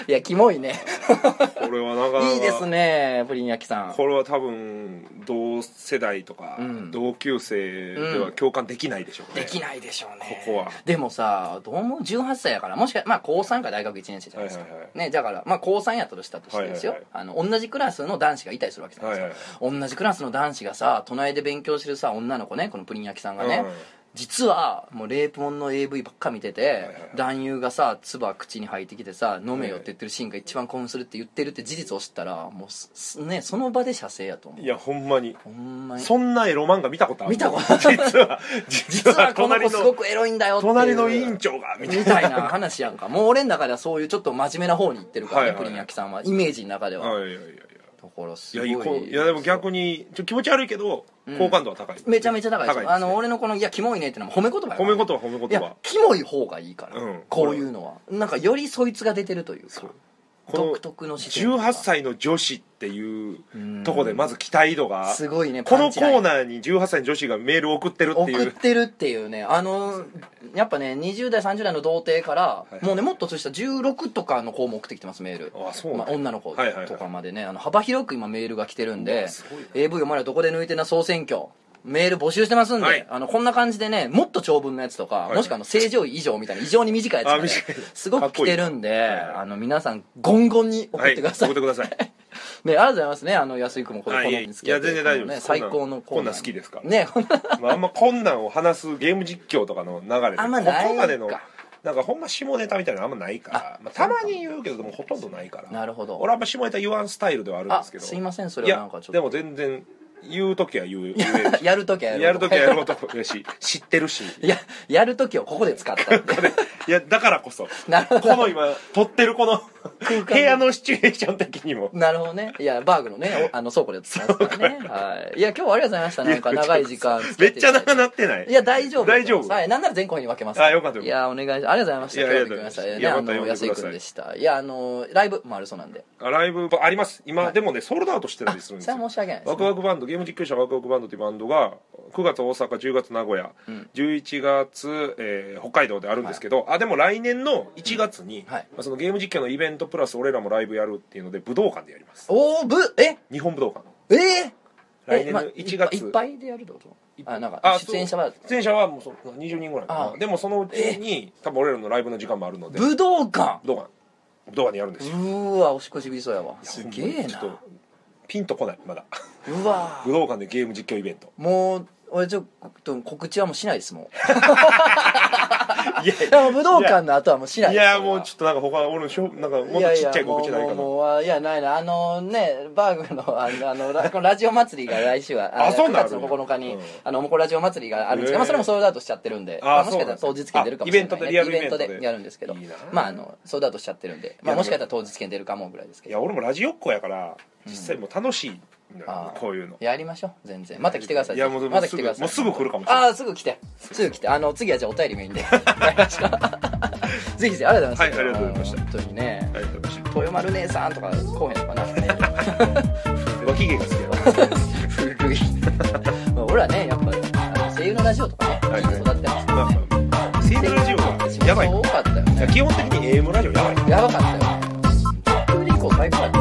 A: いやキモいね
C: これはなかなか
A: いいですねプリン焼きさん
C: これは多分同世代とか、
A: うん
C: 同級生では共感できないでしょうね、
A: できないでしょうね
C: ここは
A: でもさどうも18歳やからもしかまあ高3か大学1年生じゃないですか、
C: はいはいはい
A: ねだからまあ高3やったとしたとしてですよ、
C: はいは
A: あの同じクラスの男子がいたりするわけじゃないですか、
C: はい
A: 同じクラスの男子がさ隣で勉強してるさ女の子ねこのプリン焼きさんがね、
C: うん
A: 実はもうレイプモンの AV ばっか見てて、
C: いはいはい
A: 男優がさ唾口に吐いてきてさ飲めよって言ってるシーンが一番興奮するって言ってるって事実を知ったらもうすすねその場で射精やと思う
C: いやほんまに
A: ほんまに
C: そんなエロ漫画見たことある
A: 見たことない
C: 実は実
A: 実
C: は
A: はこの
C: 隣
A: 子すご
C: の
A: くエロいんだよっていう
C: 隣の委員長がみたい
A: み
C: な
A: たいな話やん かもう俺の中ではそういうちょっと真面目な方に行ってるからね、
C: はいはいはい
A: プリンヤキさんはイメージの中では、
C: あいやいやいやいや
A: だからす
C: い
A: ご
C: や
A: い
C: いいこういやでも逆にちょ気持ち悪いけど、
A: うん
C: 好感度は高い
A: めちゃめちゃ高いですよ
C: 高いですね
A: あの俺のこの「いやキモいね」ってのは褒め言葉やから
C: 褒め言葉褒め言
A: いや
C: 葉
A: キモい方がいいから、
C: うん
A: こういうのはなんかよりそいつが出てるというか
C: この
A: 独特の視点とか
C: 18歳の女子っていう
A: うん
C: とこでまず期待度が
A: すごいね
C: このコー
A: ー
C: ナーに18歳の女子がメールを送ってるってい
A: 送っ
C: う
A: てるっていうねあのやっぱね20代30代の童貞から、
C: いはい
A: もうねもっと年下16とかの子も送ってきてますメール
C: あそう
A: ま
C: な
A: あ、
C: んだ
A: 女の子
C: はいはいはい
A: とかまでね、あの幅広く今メールが来てるん
C: う
A: で
C: わすごいな
A: AV お前らどこで抜いてんな総選挙メール募集してますんで、
C: はい
A: あのこんな感じでねもっと長文のやつとか、
C: はい
A: もしくはあの正常位以上みたいな異常に短いやつとかね
C: あ短い
A: すごく来てるんで
C: いい
A: あの皆さんゴンゴンに送
C: は
A: っ
C: い
A: てください、
C: 送ってください
A: ねありがとうございますねあの安井君もこの
C: はい
A: 好みに付き合って
C: いや全然大丈夫です
A: このね最高のコーナー
C: こんなん好きですから
A: ねこんな
C: まああんま困難を話すゲーム実況とかの流れで
A: あんまないか
C: ここまでのなんかほんま下ネタみたいなのあんまないからまあ、たまに言うけどでもほとんどないから
A: なるほど
C: 俺はあんま下ネタ言わんスタイルではあるん
A: あ
C: ですけど
A: すいませんそ
C: い
A: れはな
C: や
A: んかちょっ
C: で
A: と
C: も全然言う時は言う言えるし
A: やるときはやる
C: やる時はやろうと思うし知ってるし
A: いややるときをここで使ったんで
C: いやだからこそ
A: なるほど
C: この今撮ってるこの
A: 間
C: 部屋のシチュエーション的にも
A: なるほどね。いや、バーグのね、おあの倉庫で使ってたね。はい。いや、今日はありがとうございました。なんか長い時間。
C: めっちゃ長なってない
A: いや、大丈夫。
C: 大丈夫
A: はい。なんなら全後編に分けます。
C: あよかったよかった
A: いや、お願いします。ありがとうございました。
C: い
A: 今日は来てください
C: やい
A: ね。
C: や
A: あ
C: また
A: の、
C: 呼んでくだ
A: 安
C: さい
A: 井くんでした。いや、あの、ライブもあるそうなんで。
C: ライブあります今、でもねソールドアウトしてたりするんです
A: それ
C: よ
A: は申し訳ないですね。
C: ワクワクバンドゲーム実況者ワクワクバンドというバンドが9月大阪10月名古屋、
A: うん
C: 11月、えー北海道であるんですけど、あでも来年の1月に、
A: はい
C: まあ、そのゲーム実況のイベントプラス俺らもライブやるっていうので武道館でやります
A: おー、ぶ、え
C: 日本武道館
A: えー
C: 来年の
A: えま
C: 1月
A: いっぱいいっぱいでやるってことあ、なんか
C: あ、そう
A: 出演者は、
C: 出演者はもうそう20人ぐらいか
A: あ
C: なでもそのうちに多分俺らのライブの時間もあるので武
A: 武道館
C: 道館武道館でやるんで
A: う
C: すよ
A: ーわ、おしっこしびりそうやわ。
C: いや
A: すげえ
C: ほんまにちょっと
A: な。
C: ピンとこないまだ
A: うわ
C: 武。道館でゲーム実況イベント
A: もう、俺ちょっと告知はもうしないですもん。
C: いや
A: だから武道館の後はもうしない
C: い
A: です
C: やもうちょっとなんか他俺のしょなんかもっとちっちゃい告知ない
A: や
C: か
A: やもうも
C: な
A: うもういやないなあのねバーグのあのあのラこのラジオ祭りが来週は
C: あそう
A: 9
C: なの
A: 月の9日に、
C: うん
A: あのおもこラジオ祭りがあるんですけど、
C: へー
A: まあ、それもソールドアウトしちゃってるんで
C: あ
A: まもしかしたら
C: そ
A: 当
C: うなんで
A: 日
C: すね
A: 券出るかもしれない、
C: あイベントでリアルイベントで
A: イベントでやるんですけど
C: いいな
A: まああのソールドアウトしちゃってるんで、まあ、もしかしたら当日券出るかもぐらいですけ
C: い
A: ど
C: や俺もラジオっ子やから実際もう楽しいのよ
A: あー
C: こういうの
A: やりましょう全然また来てください
C: いやもうでも
A: また来
C: すぐ
A: てください
C: もうすぐ来るかもしれない
A: ああすぐ来てすぐ来てあの次はじゃあお便りメインで わかりました ぜひぜひありがとうございました、
C: はいありがとうございました
A: 本当にね
C: ありがとう ございま
A: 豊丸姉さんとかこうへんのかな
C: したご機嫌が好きやな
A: 古いまあ俺はねやっぱあの声優のラジオとかね、
C: はい
A: いいの育ってます
C: まあまあ声優ラジオはやばい
A: 多かったよね
C: 基本的に AM ラジオやばい
A: やばかったよね。それで以降最高だった